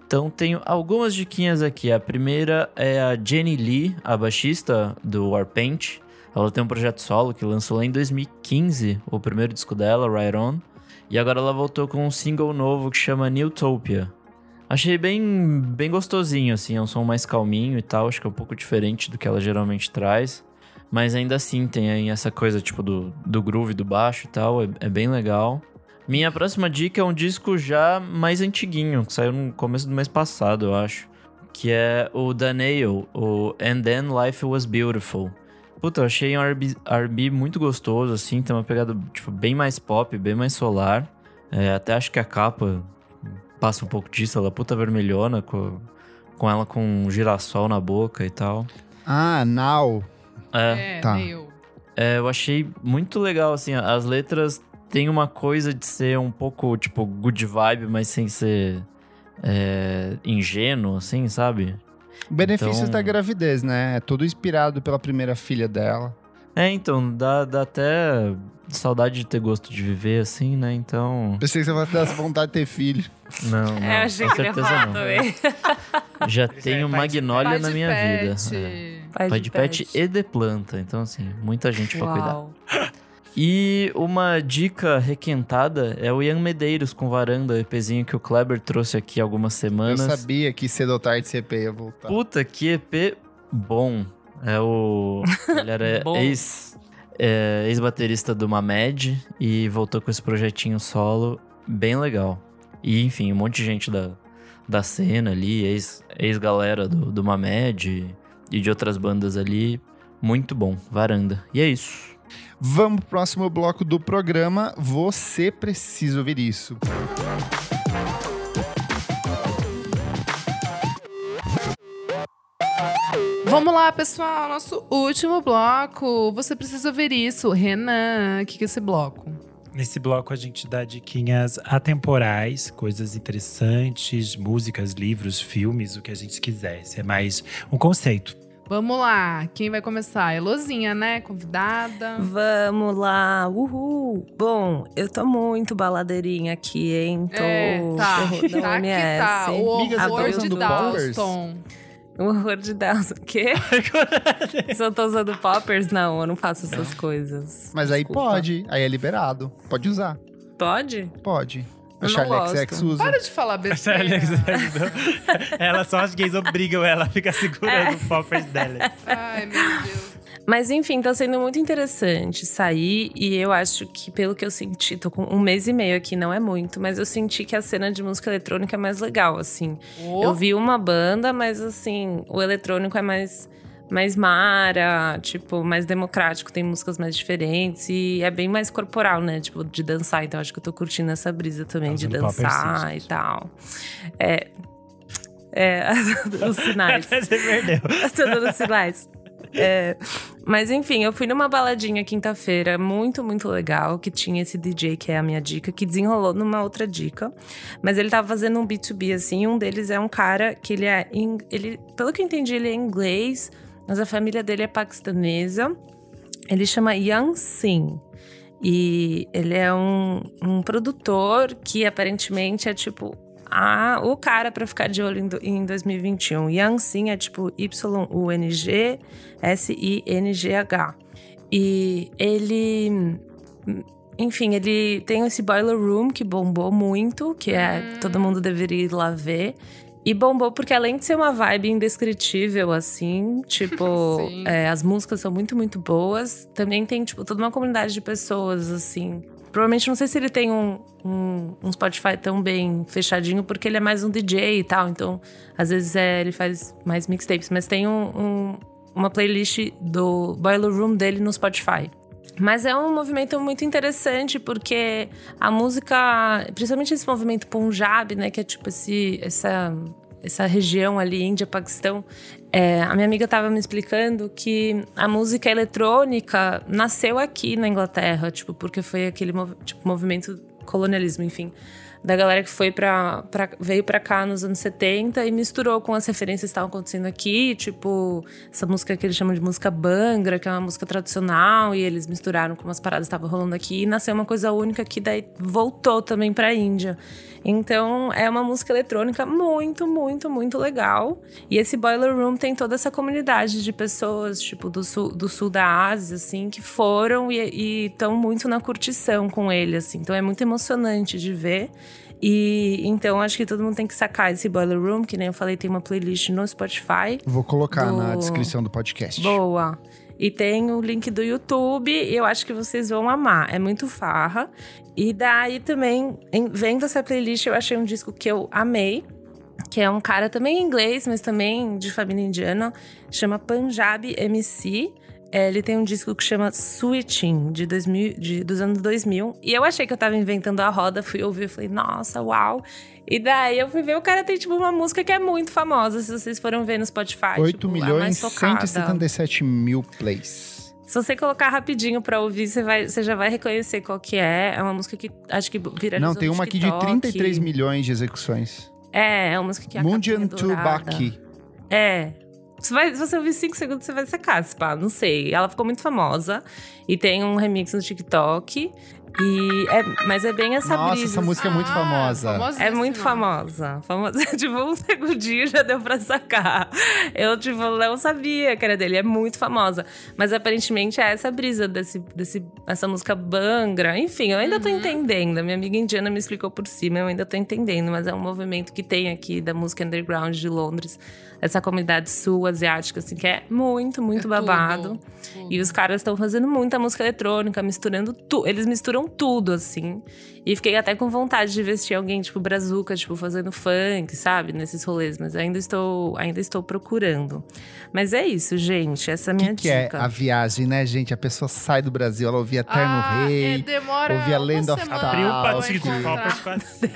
Então tenho algumas diquinhas aqui. A primeira é a Jenny Lee, a baixista do Warpaint. Ela tem um projeto solo que lançou lá em 2015, o primeiro disco dela, Right On. E agora ela voltou com um single novo que chama Newtopia. Achei bem, bem gostosinho, assim, é um som mais calminho e tal, acho que é um pouco diferente do que ela geralmente traz. Mas ainda assim tem aí essa coisa, tipo, do, do groove do baixo e tal, é, é bem legal. Minha próxima dica é um disco já mais antiguinho, que saiu no começo do mês passado, eu acho. Que é o Danail, o And Then Life Was Beautiful. Puta, eu achei um R&B R&B muito gostoso, assim, tem uma pegada, tipo, bem mais pop, bem mais solar. É, até acho que a capa passa um pouco disso, ela é puta vermelhona, com, com ela com um girassol na boca e tal. Ah, Now. É. É, tá. meio. É, eu achei muito legal, assim, as letras têm uma coisa de ser um pouco, tipo, good vibe, mas sem ser é, ingênuo, assim, sabe? Benefícios Então- da gravidez, né? É tudo inspirado pela primeira filha dela. É, então, dá, dá até saudade de ter gosto de viver, assim, né? Então, Pensei que você vai ter vontade de ter filho. não, não, eu achei com que ele ia certeza falar não. também. Já é tenho pai de- magnólia Pai na de minha pet. vida. É. Pai de pet e de planta, então, assim, muita gente pra cuidar. Uau. E uma dica requentada é o Ian Medeiros com varanda, EPzinho que o Kleber trouxe aqui algumas Eu semanas. sabia que cedo ou tarde esse EP ia voltar. Puta que EP bom. É o. Ele era Bom. ex, é, ex-baterista do Mamed e voltou com esse projetinho solo bem legal. E enfim, um monte de gente da, da cena ali, ex, ex-galera do, do Mamed e de outras bandas ali. Muito bom, varanda. E é isso. Vamos pro próximo bloco do programa. Você precisa ouvir isso. Vamos lá, pessoal. Nosso último bloco. Você precisa ouvir isso. Renan, o que, que é esse bloco? Nesse bloco a gente dá diquinhas atemporais, coisas interessantes, músicas, livros, filmes, o que a gente quisesse. É mais um conceito. Vamos lá. Quem vai começar? Elozinha, né? Convidada. Vamos lá, uhul! Bom, eu tô muito baladeirinha aqui, hein? Tô tá. Tá terror da que OMS. tá. O Amigas, horror vocês de usam poppers? Dalston. O horror de Deus, o quê? Se eu tô usando poppers, não, eu não faço essas coisas. Mas aí Desculpa. pode, aí é liberado. Pode usar, Pode? pode. A Eu Charlie não XX gosto. usa. Para de falar besteira. é ela só as gays obrigam ela a ficar É. segurando o poppers dela. Ai, meu Deus. Mas enfim, tá sendo muito interessante sair e eu acho que, pelo que eu senti, tô com um mês e meio aqui, não é muito, mas eu senti que a cena de música eletrônica é mais legal, assim. Eu vi uma banda, mas assim, o eletrônico é mais, mais mara, tipo, mais democrático, tem músicas mais diferentes e é bem mais corporal, né? Tipo, de dançar. Então acho que eu tô curtindo essa brisa também Tá de usando Popper dançar e Scissors. tal. É. É, os sinais. Até você perdeu. Eu tô dando sinais. É, mas enfim, eu fui numa baladinha quinta-feira, muito, muito legal, que tinha esse DJ, que é a minha dica, que desenrolou numa outra dica. Mas ele tava fazendo um B2B, assim, e um deles é um cara que ele é. in- Ele, pelo que eu entendi, ele é inglês, mas a família dele é paquistanesa. Ele chama Yang Singh. E ele é um, um produtor que aparentemente é tipo a, o cara pra ficar de olho em, do- em 2021. Yansin é tipo Y-U-N-G-S-I-N-G-H. E ele. Enfim, ele tem esse Boiler Room que bombou muito, que é Hum. todo mundo deveria ir lá ver. E bombou porque além de ser uma vibe indescritível, assim, tipo, Sim. é, as músicas são muito, muito boas. Também tem, tipo, toda uma comunidade de pessoas, assim. Provavelmente, não sei se ele tem um, um, um Spotify tão bem fechadinho, porque ele é mais um DJ e tal. Então, às vezes é, ele faz mais mixtapes, mas tem um- um- uma playlist do Boiler Room dele no Spotify. Mas é um movimento muito interessante, porque a música, principalmente esse movimento Punjab, né, que é tipo esse, essa essa região ali, Índia, Paquistão, é, a minha amiga estava me explicando que a música eletrônica nasceu aqui na Inglaterra, tipo, porque foi aquele mov- tipo, movimento colonialismo, enfim, da galera que foi pra, pra- veio pra cá nos anos 70 e misturou com as referências que estavam acontecendo aqui, tipo, essa música que eles chamam de música bangra, que é uma música tradicional, e eles misturaram com umas paradas que estavam rolando aqui e nasceu uma coisa única que daí voltou também pra Índia. Então, é uma música eletrônica muito, muito, muito legal. E esse Boiler Room tem toda essa comunidade de pessoas, tipo, do sul, do sul da Ásia, assim, que foram e estão muito na curtição com ele, assim. Então, é muito emocionante de ver. E então, acho que todo mundo tem que sacar esse Boiler Room, que nem eu falei, tem uma playlist no Spotify. Vou colocar na Do- descrição do podcast. Boa. E tem o link do YouTube, e eu acho que vocês vão amar. É muito farra. E daí também, em- vendo essa playlist, eu achei um disco que eu amei. Que é um cara também inglês, mas também de família indiana. Chama Punjab MC. É, ele tem um disco que chama Switching, de 2000, de, dos anos 2000. E eu achei que eu tava inventando a roda, fui ouvir e falei, nossa, uau. E daí eu fui ver, o cara tem, tipo, uma música que é muito famosa, se vocês foram ver no Spotify. 8 tipo, a milhões mais e tocada. 177 mil plays. Se você colocar rapidinho pra ouvir, você, vai, você já vai reconhecer qual que é. É uma música que acho que Não, viralizou tem no uma aqui de TikTok. 33 milhões de execuções. É, é uma música que é a Mundian capinha dourada. Tubaki. É. Você vai, se você ouvir 5 segundos, você vai sacar, se pá, não sei. Ela ficou muito famosa e tem um remix no TikTok. E é- mas é bem essa Nossa, brisa. essa música é muito Ah, famosa. famosíssima. É muito famosa. Famosa. Tipo, um segundinho já deu pra sacar. Eu, tipo, não sabia que era dele. É muito famosa. Mas aparentemente é essa brisa desse, desse, essa música Bangra. Enfim, eu ainda Uhum. tô entendendo. A minha amiga indiana me explicou por cima, eu ainda tô entendendo. Mas é um movimento que tem aqui da música underground de Londres. Essa comunidade sul-asiática, assim, que é muito, muito É babado. tudo, tudo. E os caras estão fazendo muita música eletrônica, misturando tudo. Eles misturam tudo, assim. E fiquei até com vontade de vestir alguém, tipo, brazuca, tipo, fazendo funk, sabe? Nesses rolês. Mas ainda estou, ainda estou procurando. Mas é isso, gente. Essa é a O minha que, que é dica. a viagem, né, gente? A pessoa sai do Brasil, ela ouvia Terno Ah, é, Rei. demora ouvi a uma Land of semana Abriu o Ah, pato seguido pra de encontrar. copas quase.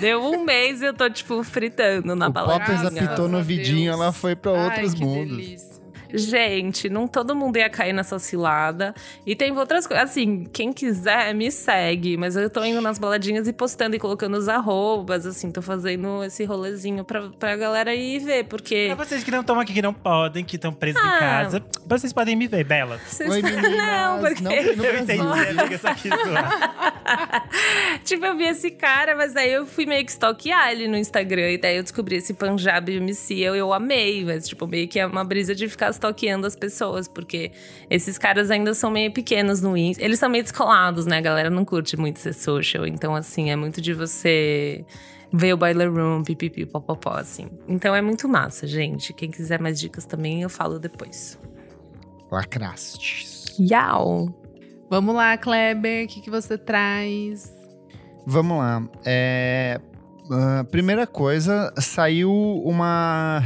Deu um mês e eu tô, tipo, fritando na O Poppers baladinha. Graças apitou a no vidinho, Deus. ela foi pra Ai, outros que mundos. delícia. Gente, não todo mundo ia cair nessa cilada. E tem outras coisas. Assim, quem quiser, me segue. Mas eu tô indo nas baladinhas e postando e colocando os arrobas, assim, tô fazendo esse rolezinho pra, pra galera ir ver, porque. Pra vocês que não estão aqui, que não podem, que estão presos Ah. em casa, vocês podem me ver, Bela. vocês- Oi, meninas. Não, porque- não no Eu entendi, né, Brasil. amiga, só quis zoar. tipo, eu vi esse cara, mas daí eu fui meio que stalkear ele no Instagram. E daí eu descobri esse Punjab MC, eu, eu amei. Mas, tipo, meio que é uma brisa de ficar stalkeando as pessoas. Porque esses caras ainda são meio pequenos no Insta. Eles são meio descolados, né? A galera não curte muito ser social. Então, assim, é muito de você... Ver o Boiler Room, pipipi, popopó, assim. Então é muito massa, gente. Quem quiser mais dicas também, eu falo depois. é. Lacrastes. Yau! Vamos lá, Kleber, o que, que você traz? Vamos lá. É, ah, primeira coisa, saiu uma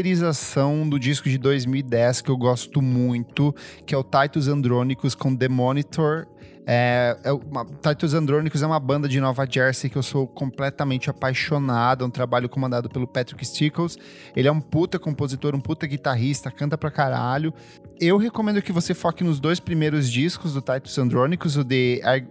remasterização do disco de 2010 que eu gosto muito, que é o Titus Andronicus com The Monitor. É, é uma- Titus Andronicus é uma banda de Nova Jersey que eu sou completamente apaixonado. É um trabalho comandado pelo Patrick Stickles. Ele é um puta compositor, um puta guitarrista, canta pra caralho. Eu recomendo que você foque nos dois primeiros discos do Titus Andronicus, o The Ar-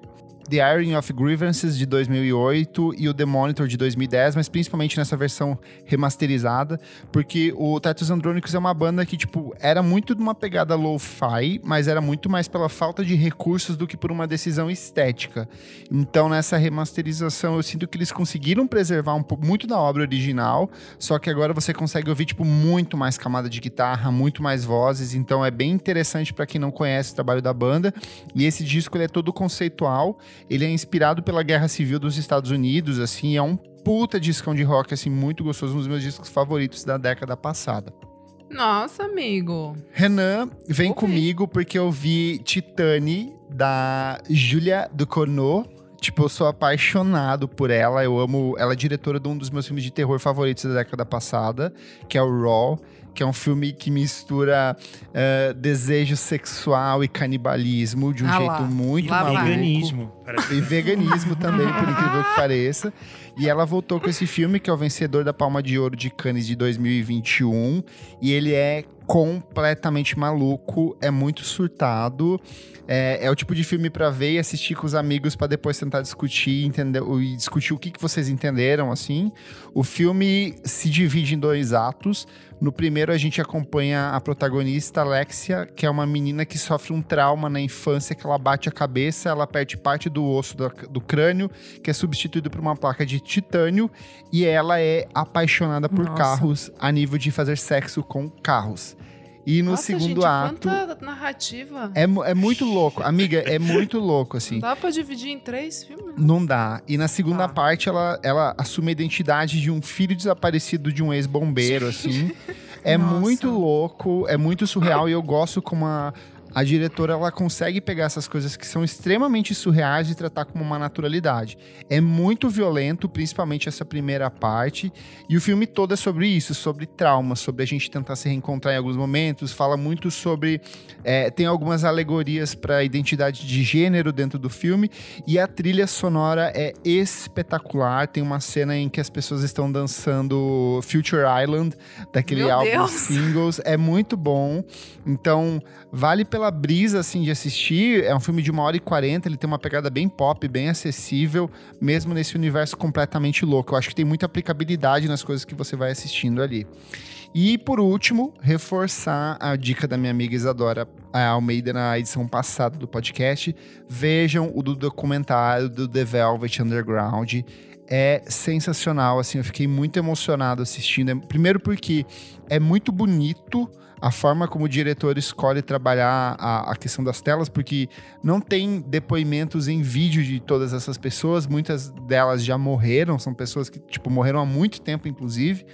The Iron of Grievances de 2008 e o The Monitor de 2010, mas principalmente nessa versão remasterizada, porque o Titus Andronicus é uma banda que, tipo, era muito de uma pegada lo-fi, mas era muito mais pela falta de recursos do que por uma decisão estética. Então, nessa remasterização, eu sinto que eles conseguiram preservar um pouco muito da obra original, só que agora você consegue ouvir, tipo, muito mais camada de guitarra, muito mais vozes, então é bem interessante para quem não conhece o trabalho da banda. E esse disco ele é todo conceitual, ele é inspirado pela Guerra Civil dos Estados Unidos, assim, é um puta discão de rock, assim, muito gostoso, um dos meus discos favoritos da década passada. Nossa, amigo. Renan, vem Ok. comigo porque eu vi Titane da Julia Ducournau. Tipo, eu sou apaixonado por ela, eu amo. Ela é diretora de um dos meus filmes de terror favoritos da década passada, que é o Raw, que é um filme que mistura eh, desejo sexual e canibalismo de um Ah jeito lá. muito Lá vai. maluco. Veganismo. Parece E veganismo também, por incrível que pareça. E ela voltou com esse filme, que é o vencedor da Palma de Ouro de Cannes de 2021. E ele é completamente maluco, é muito surtado. É, é o tipo de filme pra ver e assistir com os amigos pra depois tentar discutir, entender, e discutir o que, que vocês entenderam, assim. O filme se divide em dois atos. No primeiro, a gente acompanha a protagonista, Alexia, que é uma menina que sofre um trauma na infância, que ela bate a cabeça, ela perde parte do osso da- do crânio, que é substituído por uma placa de titânio, e ela é apaixonada por Nossa. carros, a nível de fazer sexo com carros. E no Nossa, segundo gente, ato. Quanta narrativa. É, mu- é muito louco, amiga, é muito louco, Não assim. dá pra dividir em três filmes? Não dá. E na segunda Tá. parte, ela, ela assume a identidade de um filho desaparecido de um ex-bombeiro, assim. É Nossa. muito louco, é muito surreal e eu gosto como a, a diretora ela consegue pegar essas coisas que são extremamente surreais e tratar com uma naturalidade. É muito violento, principalmente essa primeira parte. E o filme todo é sobre isso, sobre trauma, sobre a gente tentar se reencontrar em alguns momentos. Fala muito sobre. é, tem algumas alegorias para identidade de gênero dentro do filme. E a trilha sonora é espetacular. Tem uma cena em que as pessoas estão dançando Future Island, daquele Meu álbum Deus! singles. É muito bom. Então, vale pela brisa, assim, de assistir. É um filme de uma hora e quarenta. Ele tem uma pegada bem pop, bem acessível, mesmo nesse universo completamente louco. Eu acho que tem muita aplicabilidade nas coisas que você vai assistindo ali. E por último, reforçar a dica da minha amiga Isadora Almeida na edição passada do podcast. Vejam o do documentário do The Velvet Underground. É sensacional, assim, eu fiquei muito emocionado assistindo. É- Primeiro porque é muito bonito a forma como o diretor escolhe trabalhar a, a questão das telas, porque não tem depoimentos em vídeo de todas essas pessoas, muitas delas já morreram, são pessoas que, tipo, morreram há muito tempo, inclusive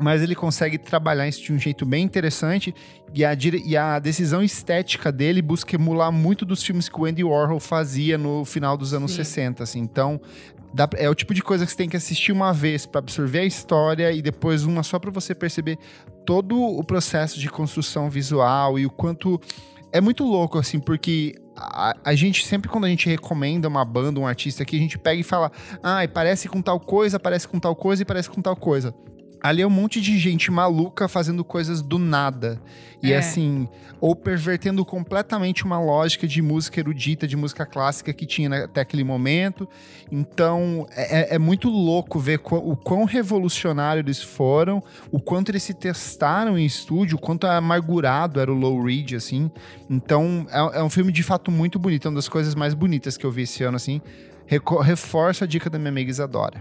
mas ele consegue trabalhar isso de um jeito bem interessante e a, dire- e a decisão estética dele busca emular muito dos filmes que o Andy Warhol fazia no final dos anos Sim. 60, assim. Então, dá pra- é o tipo de coisa que você tem que assistir uma vez para absorver a história e depois uma só para você perceber todo o processo de construção visual e o quanto é muito louco assim, porque a, a gente sempre quando a gente recomenda uma banda, um artista aqui, a gente pega e fala: "Ah, parece com tal coisa, parece com tal coisa e parece com tal coisa". Ali é um monte de gente maluca fazendo coisas do nada. E É. assim, ou pervertendo completamente uma lógica de música erudita, de música clássica que tinha né, até aquele momento. Então, é, é- é muito louco ver qu- o quão revolucionário eles foram, o quanto eles se testaram em estúdio, o quanto amargurado era o Low Reed, assim. Então, é, é um filme de fato muito bonito, é uma das coisas mais bonitas que eu vi esse ano, assim. Reco- reforço a dica da minha amiga Isadora.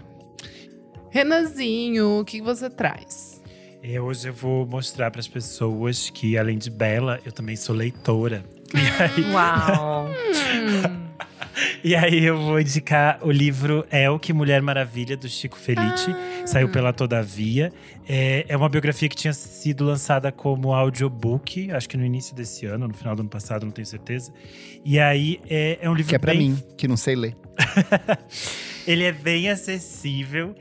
Renanzinho, o que você traz? É, hoje eu vou mostrar para as pessoas que, além de bela, eu também sou leitora. Uau! Hum, E aí eu vou indicar o livro El que Mulher Maravilha, do Chico Felice. Saiu pela Todavia. É, é uma biografia que tinha sido lançada como audiobook, acho que no início desse ano, no final do ano passado, não tenho certeza. E aí é, é um livro Que é pra bem mim, que não sei ler. ele é bem acessível,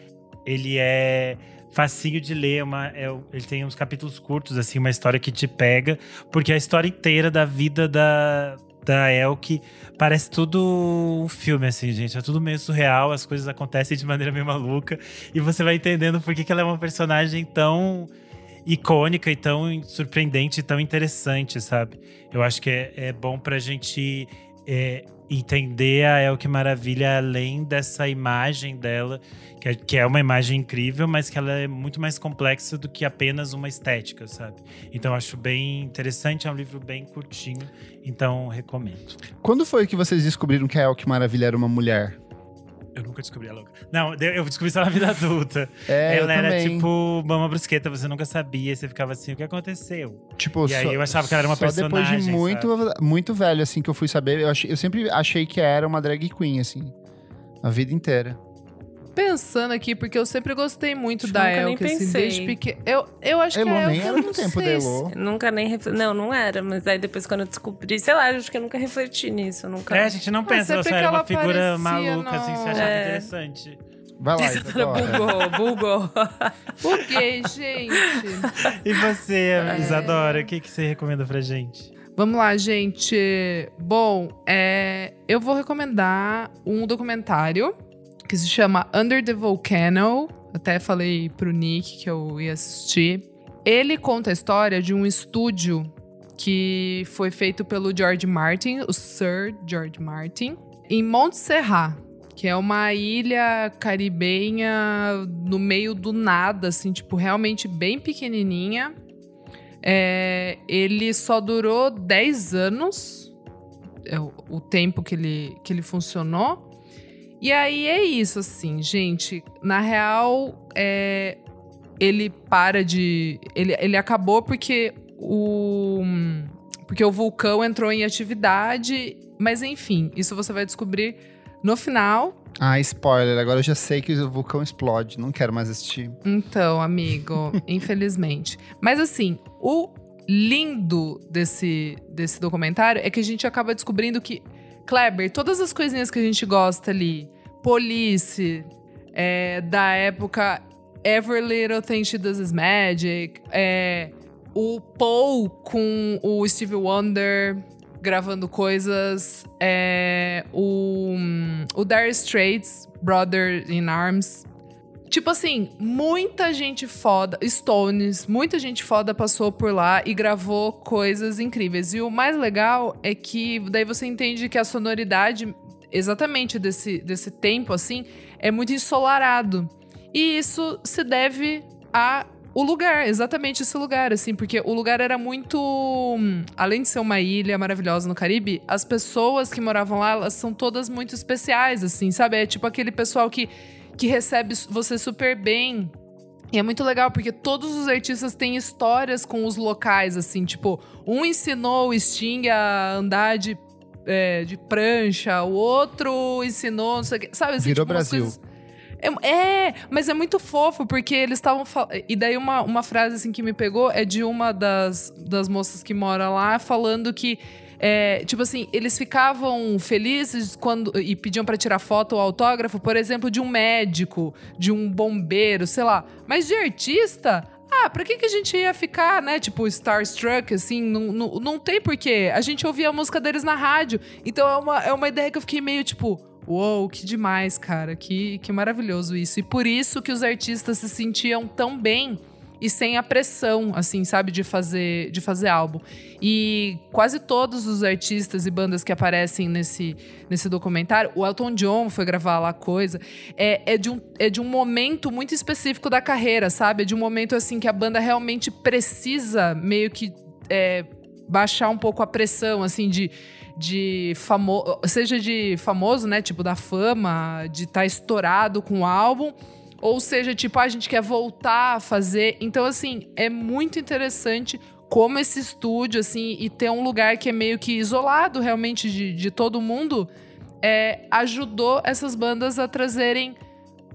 ele é facinho de ler, é uma- é um- ele tem uns capítulos curtos, assim, uma história que te pega, porque a história inteira da vida da, da Elke parece tudo um filme, assim, gente. É tudo meio surreal, as coisas acontecem de maneira meio maluca, e você vai entendendo por que, que ela é uma personagem tão icônica e tão surpreendente, e tão interessante, sabe? Eu acho que é, é bom pra gente. é, entender a El que Maravilha além dessa imagem dela, que é, que é uma imagem incrível, mas que ela é muito mais complexa do que apenas uma estética, sabe? Então eu acho bem interessante, é um livro bem curtinho, então recomendo. Quando foi que vocês descobriram que a Elke Maravilha era uma mulher? Eu nunca descobri ela. Não, eu- eu descobri só na vida adulta. É, ela eu era também. tipo mama brusqueta, você nunca sabia, você ficava assim, o que aconteceu? Tipo, E aí eu achava que ela era uma só depois de personagem, muito, muito velho, assim, que eu fui saber. Eu, achei- eu sempre achei que era uma drag queen, assim. A vida inteira. Pensando aqui, porque eu sempre gostei muito Acho da que eu nunca nem Elke, assim, pensei. desde pequena. Eu, eu acho Elo que a nem era Elke, eu do não É tempo sei da se- Elo. Nunca nem refle- Não, não era, mas aí depois quando eu descobri, sei lá, acho que eu nunca refleti nisso. Nunca. É, a gente não Ah, pensa, sempre você que era uma ela figura aparecia maluca, assim, no- você achava É. interessante. Vai lá, Isadora Isadora. bugou, bugou. Por quê, gente? E você, Isadora, o que, que você recomenda pra gente? Vamos lá, gente. Bom, é, eu vou recomendar um documentário que se chama Under the Volcano. Até falei pro Nick que eu ia assistir. Ele conta a história de um estúdio que foi feito pelo George Martin, o Sir George Martin, em Montserrat, que é uma ilha caribenha no meio do nada, assim, tipo, realmente bem pequenininha. É, ele só durou 10 anos, é o, o tempo que ele, que ele funcionou. E aí é isso, assim, gente. Na real, é, ele para de. Ele, ele acabou porque o. Porque o vulcão entrou em atividade. Mas enfim, isso você vai descobrir no final. Ah, spoiler. Agora eu já sei que o vulcão explode. Não quero mais assistir. Então, amigo, infelizmente. Mas assim, o lindo desse, desse documentário é que a gente acaba descobrindo que, Kleber, todas as coisinhas que a gente gosta ali, Police, é, da época Every Little Thing She Does Is Magic, é, o Paul com o Steve Wonder gravando coisas, é, o, hum, o Dire Straits, Brother in Arms, Tipo assim, muita gente foda, Stones, muita gente foda passou por lá e gravou coisas incríveis. E o mais legal é que daí você entende que a sonoridade, exatamente desse, desse tempo, assim, é muito ensolarado. E isso se deve a o lugar, exatamente esse lugar, assim, porque o lugar era muito. hum, Além de ser uma ilha maravilhosa no Caribe, as pessoas que moravam lá, elas são todas muito especiais, assim, sabe? É tipo aquele pessoal que que recebe su- você super bem. E é muito legal, porque todos os artistas têm histórias com os locais, assim, tipo, um ensinou o Sting a andar de, é, de prancha, o outro ensinou, não sei o quê. Sabe, assim, Virou tipo, umas Brasil. coisas- É, é, mas é muito fofo, porque eles estavam fal- E daí uma, uma frase assim que me pegou é de uma das, das moças que mora lá falando que é, tipo assim, eles ficavam felizes quando e pediam pra tirar foto ou autógrafo, por exemplo, de um médico, de um bombeiro, sei lá. Mas de artista, ah, pra que, que a gente ia ficar, né? Tipo, Starstruck, assim, não, não, não tem porquê. A gente ouvia a música deles na rádio. Então é uma, é uma ideia que eu fiquei meio tipo. Uou, que demais, cara. Que, que maravilhoso isso. E por isso que os artistas se sentiam tão bem e sem a pressão, assim, sabe, de fazer, de fazer álbum. E quase todos os artistas e bandas que aparecem nesse, nesse documentário, o Elton John foi gravar lá coisa, é, é, de um, é de um momento muito específico da carreira, sabe? É de um momento, assim, que a banda realmente precisa meio que é, baixar um pouco a pressão, assim, de. De famoso, seja de famoso, né? Tipo, da fama, de estar estourado com o álbum, ou seja, tipo, ah, a gente quer voltar a fazer. Então, assim, é muito interessante como esse estúdio, assim, e ter um lugar que é meio que isolado realmente de, de todo mundo, é, ajudou essas bandas a trazerem.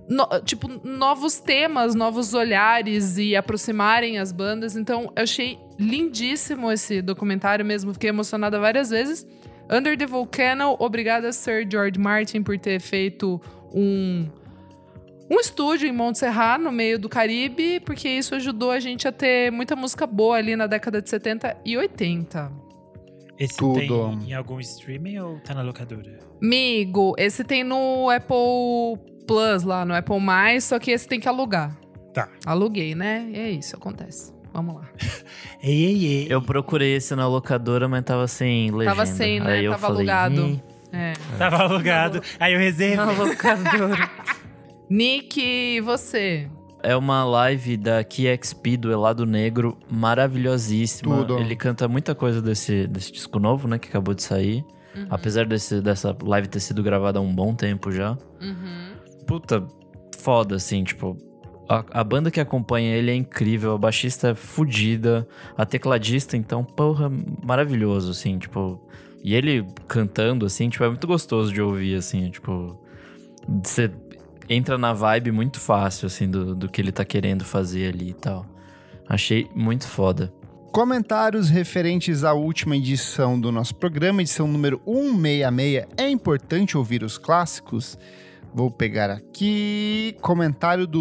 no- tipo, novos temas, novos olhares e aproximarem as bandas. Então, eu achei lindíssimo esse documentário mesmo. Fiquei emocionada várias vezes. Under the Volcano, obrigada, Sir George Martin, por ter feito um um estúdio em Montserrat, no meio do Caribe, porque isso ajudou a gente a ter muita música boa ali na década de 70 e 80. Esse Tudo. tem em algum streaming ou tá na locadora? Migo, esse tem no Apple Plus lá, no Apple Mais, só que esse tem que alugar. Tá. Aluguei, né? E é isso, acontece. Vamos lá. Ei, ei, ei. Eu procurei esse na locadora, mas tava sem legenda. Tava sem, né? Aí eu Tava falei, alugado. "Ih, É. Tava alugado. Aí eu reservei. Na locadora. Nick, e você? É uma live da KXP do Elado Negro, maravilhosíssima. Tudo. Ele canta muita coisa desse, desse disco novo, né? Que acabou de sair. Uhum. Apesar desse, dessa live ter sido gravada há um bom tempo já. Uhum. Puta, foda, assim, tipo. A, a banda que acompanha ele é incrível, a baixista é fodida, a tecladista, então, porra, maravilhoso, assim, tipo. E ele cantando, assim, tipo, é muito gostoso de ouvir, assim, tipo. Você entra na vibe muito fácil, assim, do, do que ele tá querendo fazer ali e tal. Achei muito foda. Comentários referentes à última edição do nosso programa, edição número 166. É importante ouvir os clássicos? Vou pegar aqui. Comentário do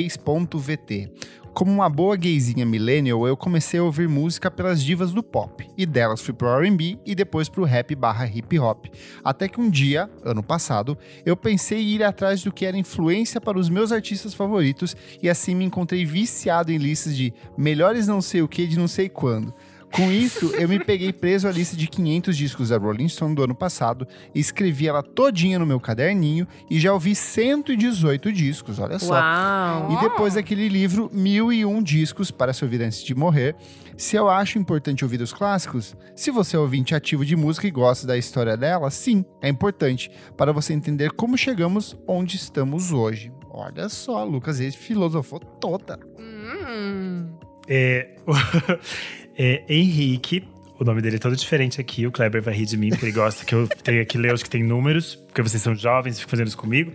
lucasreis.vt. Como uma boa gayzinha millennial, eu comecei a ouvir música pelas divas do pop. E delas fui pro R&B e depois pro rap barra hip hop. Até que um dia, ano passado, eu pensei em ir atrás do que era influência para os meus artistas favoritos e assim me encontrei viciado em listas de melhores não sei o que de não sei quando. Com isso, eu me peguei preso à lista de 500 discos da Rolling Stone do ano passado, escrevi ela todinha no meu caderninho e já ouvi 118 discos, olha só. Uau! E depois daquele livro, Mil e Um Discos para se ouvir antes de morrer. Se eu acho importante ouvir os clássicos, se você é ouvinte ativo de música e gosta da história dela, sim, é importante para você entender como chegamos onde estamos hoje. Olha só, Lucas, ele filosofou tota. toda. Hum. É, é, Henrique, o nome dele é todo diferente aqui. O Kleber vai rir de mim, porque ele gosta que eu tenha que ler os que tem números, porque vocês são jovens, ficam fazendo isso comigo.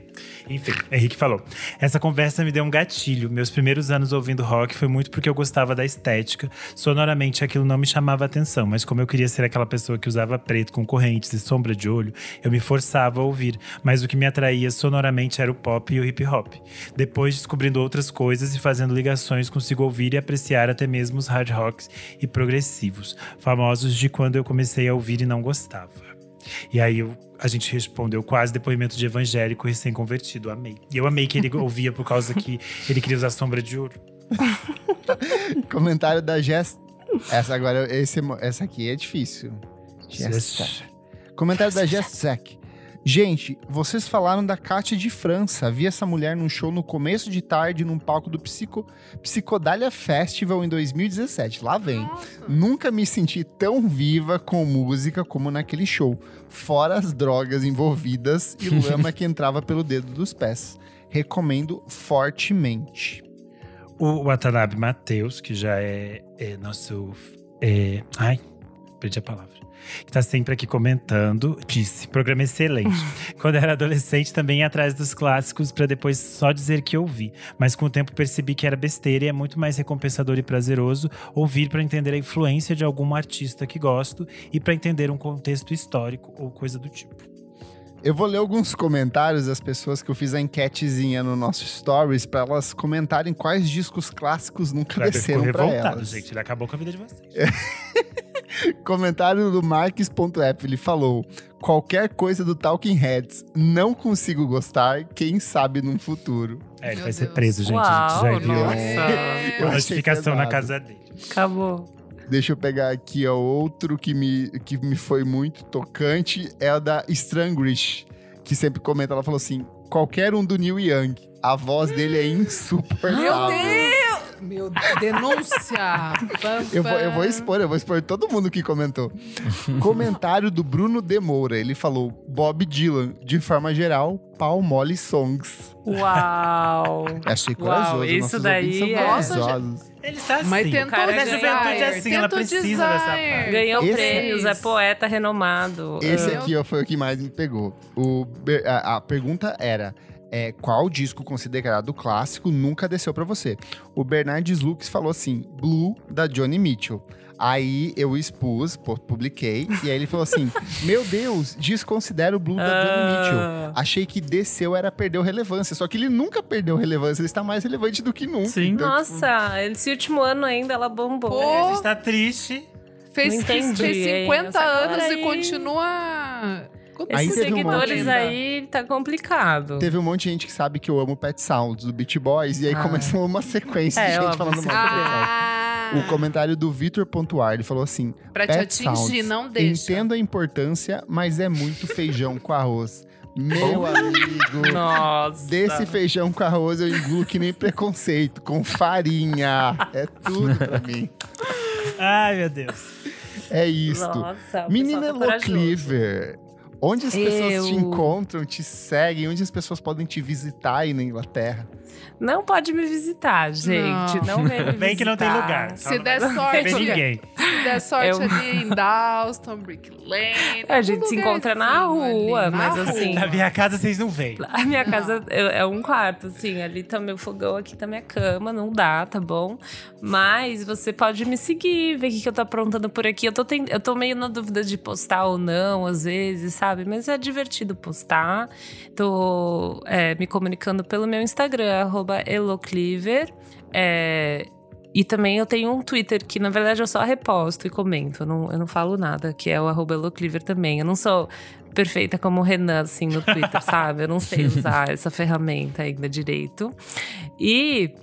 Enfim, Henrique falou. Essa conversa me deu um gatilho. Meus primeiros anos ouvindo rock foi muito porque eu gostava da estética. Sonoramente aquilo não me chamava atenção, mas como eu queria ser aquela pessoa que usava preto com correntes e sombra de olho, eu me forçava a ouvir. Mas o que me atraía sonoramente era o pop e o hip hop. Depois descobrindo outras coisas e fazendo ligações, consigo ouvir e apreciar até mesmo os hard rocks e progressivos, famosos de quando eu comecei a ouvir e não gostava. E aí eu- a gente respondeu quase depoimento de evangélico recém-convertido. Amei. E eu amei que ele ouvia por causa que ele queria usar sombra de ouro. Comentário da Jess. Essa agora, esse, essa aqui é difícil. Jess. Comentário da Jess Zack. Gente, vocês falaram da Kátia de França. Vi essa mulher num show no começo de tarde num palco do Psico, Psicodália Festival em 2017. Lá vem. Nunca me senti tão viva com música como naquele show. Fora as drogas envolvidas e lama que entrava pelo dedo dos pés. Recomendo fortemente. O Watanabe Matheus, que já é, é nosso. é- ai, perdi a palavra. Que tá sempre aqui comentando, disse: programa excelente. Quando era adolescente, também ia atrás dos clássicos para depois só dizer que ouvi. Mas com o tempo percebi que era besteira e é muito mais recompensador e prazeroso ouvir para entender a influência de algum artista que gosto e para entender um contexto histórico ou coisa do tipo. Eu vou ler alguns comentários das pessoas que eu fiz a enquetezinha no nosso stories pra elas comentarem quais discos clássicos nunca Kleber ficou desceram pra revoltado, elas. gente. Ele acabou com a vida de vocês. Comentário do Marques.app, ele falou: qualquer coisa do Talking Heads, não consigo gostar, quem sabe num futuro. É, ele Meu vai ser Deus. preso, gente. a gente Uau, já enviou nossa. É. Eu a achei notificação na pesado. casa dele. Acabou. Deixa eu pegar aqui, ó, outro que me, que me foi muito tocante é o da Strangrish, que sempre comenta, ela falou assim: qualquer um do Neil Young, a voz dele é insuportável. Meu Deus! Meu Deus, denúncia! Pam, Eu vou, eu vou pam. expor, eu vou expor todo mundo que comentou. Comentário do Bruno de Moura. Ele falou: Bob Dylan, de forma geral, pau mole songs. Uau! Achei Uau, corajoso. isso nossos daí ouvintes são é- corajosos. Ele tá assim. Mas tentou cara a já juventude é desire, assim, ela tentou precisa dessa desire. parte. Ganhou Esse- prêmios, é poeta renomado. Esse Eu- aqui ó, foi o que mais me pegou. O be- a, a pergunta era. é, qual disco considerado clássico nunca desceu pra você? O Bernardes Lucas falou assim: Blue da Johnny Mitchell. Aí eu expus, pô, publiquei, e aí ele falou assim: Meu Deus, desconsidera é o Blue da Johnny Mitchell. Ah, Achei que desceu era perdeu relevância. Só que ele nunca perdeu relevância, ele está mais relevante do que nunca. Sim. Então, Nossa, esse último ano ainda ela bombou. Pô. A gente tá triste. Fez, Não entendi, fez hein, 50 essa anos coisa e aí. continua. Continua Aí Esses teve um monte seguidores ainda. aí tá complicado. Teve um monte de gente que sabe que eu amo Pet Sounds do Beat Boys, e aí Ah. começou uma sequência É, de gente óbvio, falando se mal do Pet Sounds. Ah, O comentário do Vitor Pontuar, ele falou assim: pra te Pet atingir, Sounds, não deixa. entendo a importância, mas é muito feijão com arroz. Meu amigo, Nossa. desse feijão com arroz eu engulo que nem preconceito, com farinha. É tudo pra mim. Ai, meu Deus. É isto. Nossa, o Menina Elo pessoal tá corajoso. Cleaver, onde as pessoas te Eu. encontram, te seguem, onde as pessoas podem te visitar aí na Inglaterra? É Não pode me visitar, gente. Não, vem me Vem que não tem visitar. lugar. Se Só der não vai ver sorte, ninguém. Se der sorte Eu- É, ali em Dalston, Brick Lane. A gente algum se encontra na lugarzinho rua, ali, na mas assim- rua. Na minha casa vocês não veem. A minha Não. casa é é um quarto, assim. Ali tá meu fogão, aqui tá minha cama. Não dá, tá bom? Mas você pode me seguir, ver o que, que eu tô aprontando por aqui. Eu tô, ten- eu tô meio na dúvida de postar ou não, às vezes, sabe? Mas é divertido postar. Tô é, me comunicando pelo meu Instagram, arroba elocliver. É, e também eu tenho um Twitter que, na verdade, eu só reposto e comento. Eu não, eu não falo nada, que é o arroba elocliver também. Eu não sou perfeita como o Renan, assim, no Twitter, sabe? Eu não sei usar essa ferramenta ainda direito. E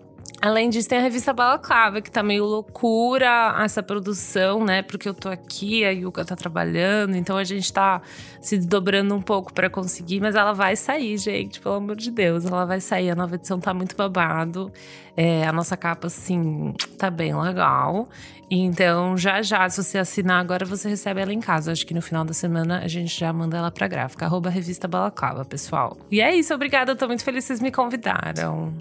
Além disso, tem a revista Balaclava, que tá meio loucura essa produção, né? Porque eu tô aqui, a Yuka tá trabalhando, então a gente tá se desdobrando um pouco pra conseguir, mas ela vai sair, gente, pelo amor de Deus, ela vai sair. A nova edição tá muito babado, é, a nossa capa, assim, tá bem legal. Então, já já, se você assinar agora, você recebe ela em casa. Acho que no final da semana a gente já manda ela pra gráfica. Arroba revista Balaclava, pessoal. E é isso, obrigada, eu tô muito feliz que vocês me convidaram.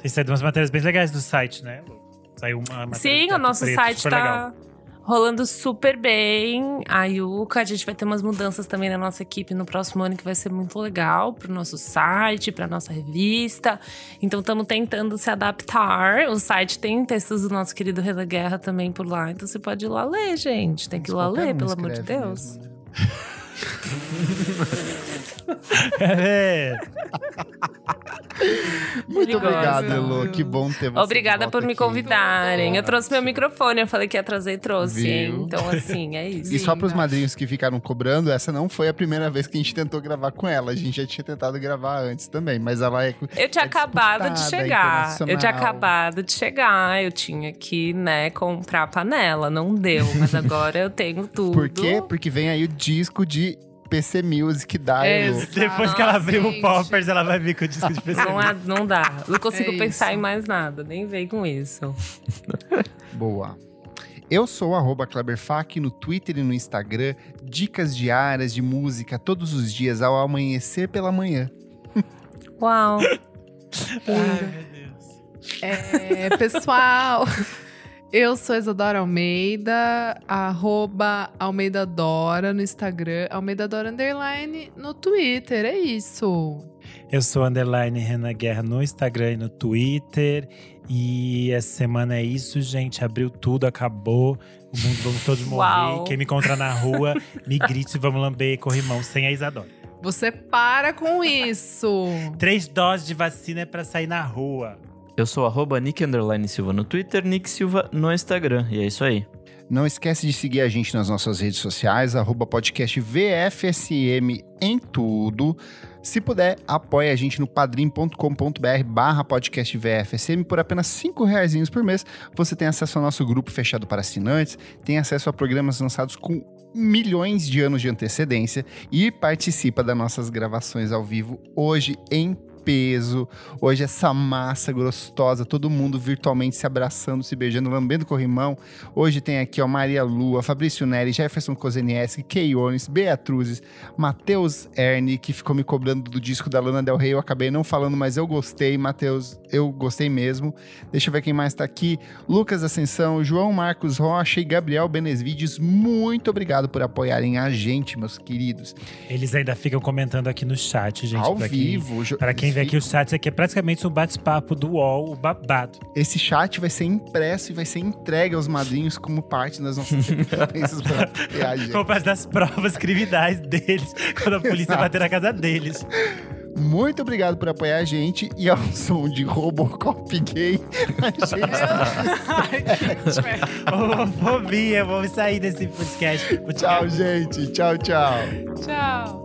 Tem saído é umas matérias bem legais do site, né? Lu? Saiu uma matéria do Sim, o Teto nosso Preto, site super tá legal. rolando super bem. A Yuka, a gente vai ter umas mudanças também na nossa equipe no próximo ano que vai ser muito legal pro nosso site, pra nossa revista. Então estamos tentando se adaptar. O site tem textos do nosso querido Renan Guerra também por lá, então você pode ir lá ler, gente. Tem que ir lá Qualquer ler, um pelo amor de escreve Deus. mesmo, né? É. Muito Ele obrigado, gosta. Elo. Que bom ter você. Obrigada de por volta me aqui. convidarem. Eu trouxe meu Ótimo. microfone, eu falei que ia trazer e trouxe. hein? Viu? Então, assim, é isso. E só pros Linda. madrinhos que ficaram cobrando, essa não foi a primeira vez que a gente tentou gravar com ela. A gente já tinha tentado gravar antes também, mas ela é. Eu tinha É acabado de disputada, chegar. Eu tinha internacional. acabado de chegar. Eu tinha que, né, comprar panela. Não deu, mas agora eu tenho tudo. Por quê? Porque vem aí o disco de PC Music da É, Elo. Depois que ela abriu o Poppers, ela vai vir com o disco de PC. Ah, Não, é. há- não dá. Não consigo É pensar isso. em mais nada. Nem vem com isso. Boa. Eu sou o arroba Kleberfac no Twitter e no Instagram. Dicas diárias de música todos os dias ao amanhecer pela manhã. Uau. Ai, meu Deus. É, pessoal, eu sou Isadora Almeida, arroba Almeida Dora no Instagram, Almeida Dora Underline no Twitter, é isso. Eu sou underline Renan Guerra no Instagram e no Twitter. E essa semana é isso, gente. Abriu tudo, acabou. O mundo vamos todos morrer. Uau. Quem me encontrar na rua, me grite e vamos lamber corrimão sem a Isadora. Você para com isso. Três doses de vacina é pra sair na rua. Eu sou arroba Nick Underline Silva no Twitter, Nick Silva no Instagram. E é isso aí. Não esquece de seguir a gente nas nossas redes sociais, arroba podcast VFSM em tudo. Se puder, apoie a gente no padrim.com.br barra podcast VFSM por apenas cinco reais por mês. Você tem acesso ao nosso grupo fechado para assinantes, tem acesso a programas lançados com milhões de anos de antecedência e participa das nossas gravações ao vivo hoje em peso. Hoje essa massa gostosa, todo mundo virtualmente se abraçando, se beijando, lambendo corrimão. Hoje tem aqui, ó, Maria Lua, Fabrício Neri, Jefferson Kozenieski, Keiones, Beatruzes, Matheus Erne, que ficou me cobrando do disco da Lana Del Rey. Eu acabei não falando, mas eu gostei, Matheus, eu gostei mesmo. Deixa eu ver quem mais tá aqui. Lucas Ascensão, João Marcos Rocha e Gabriel Benesvides. Muito obrigado por apoiarem a gente, meus queridos. Eles ainda ficam comentando aqui no chat, gente. Ao pra quem- vivo. jo- Pra quem vê aqui o chat, isso aqui é praticamente um bate-papo do UOL, o babado. Esse chat vai ser impresso e vai ser entregue aos madrinhos como parte das nossas recompensas para apoiar a gente. Como faz das provas criminais deles, quando a polícia bater na casa deles. Muito obrigado por apoiar a gente e ao som de Robocop gay. A gente... Homofobia, vamos sair desse podcast. Vou te tchau, gente. Tchau, tchau. Tchau.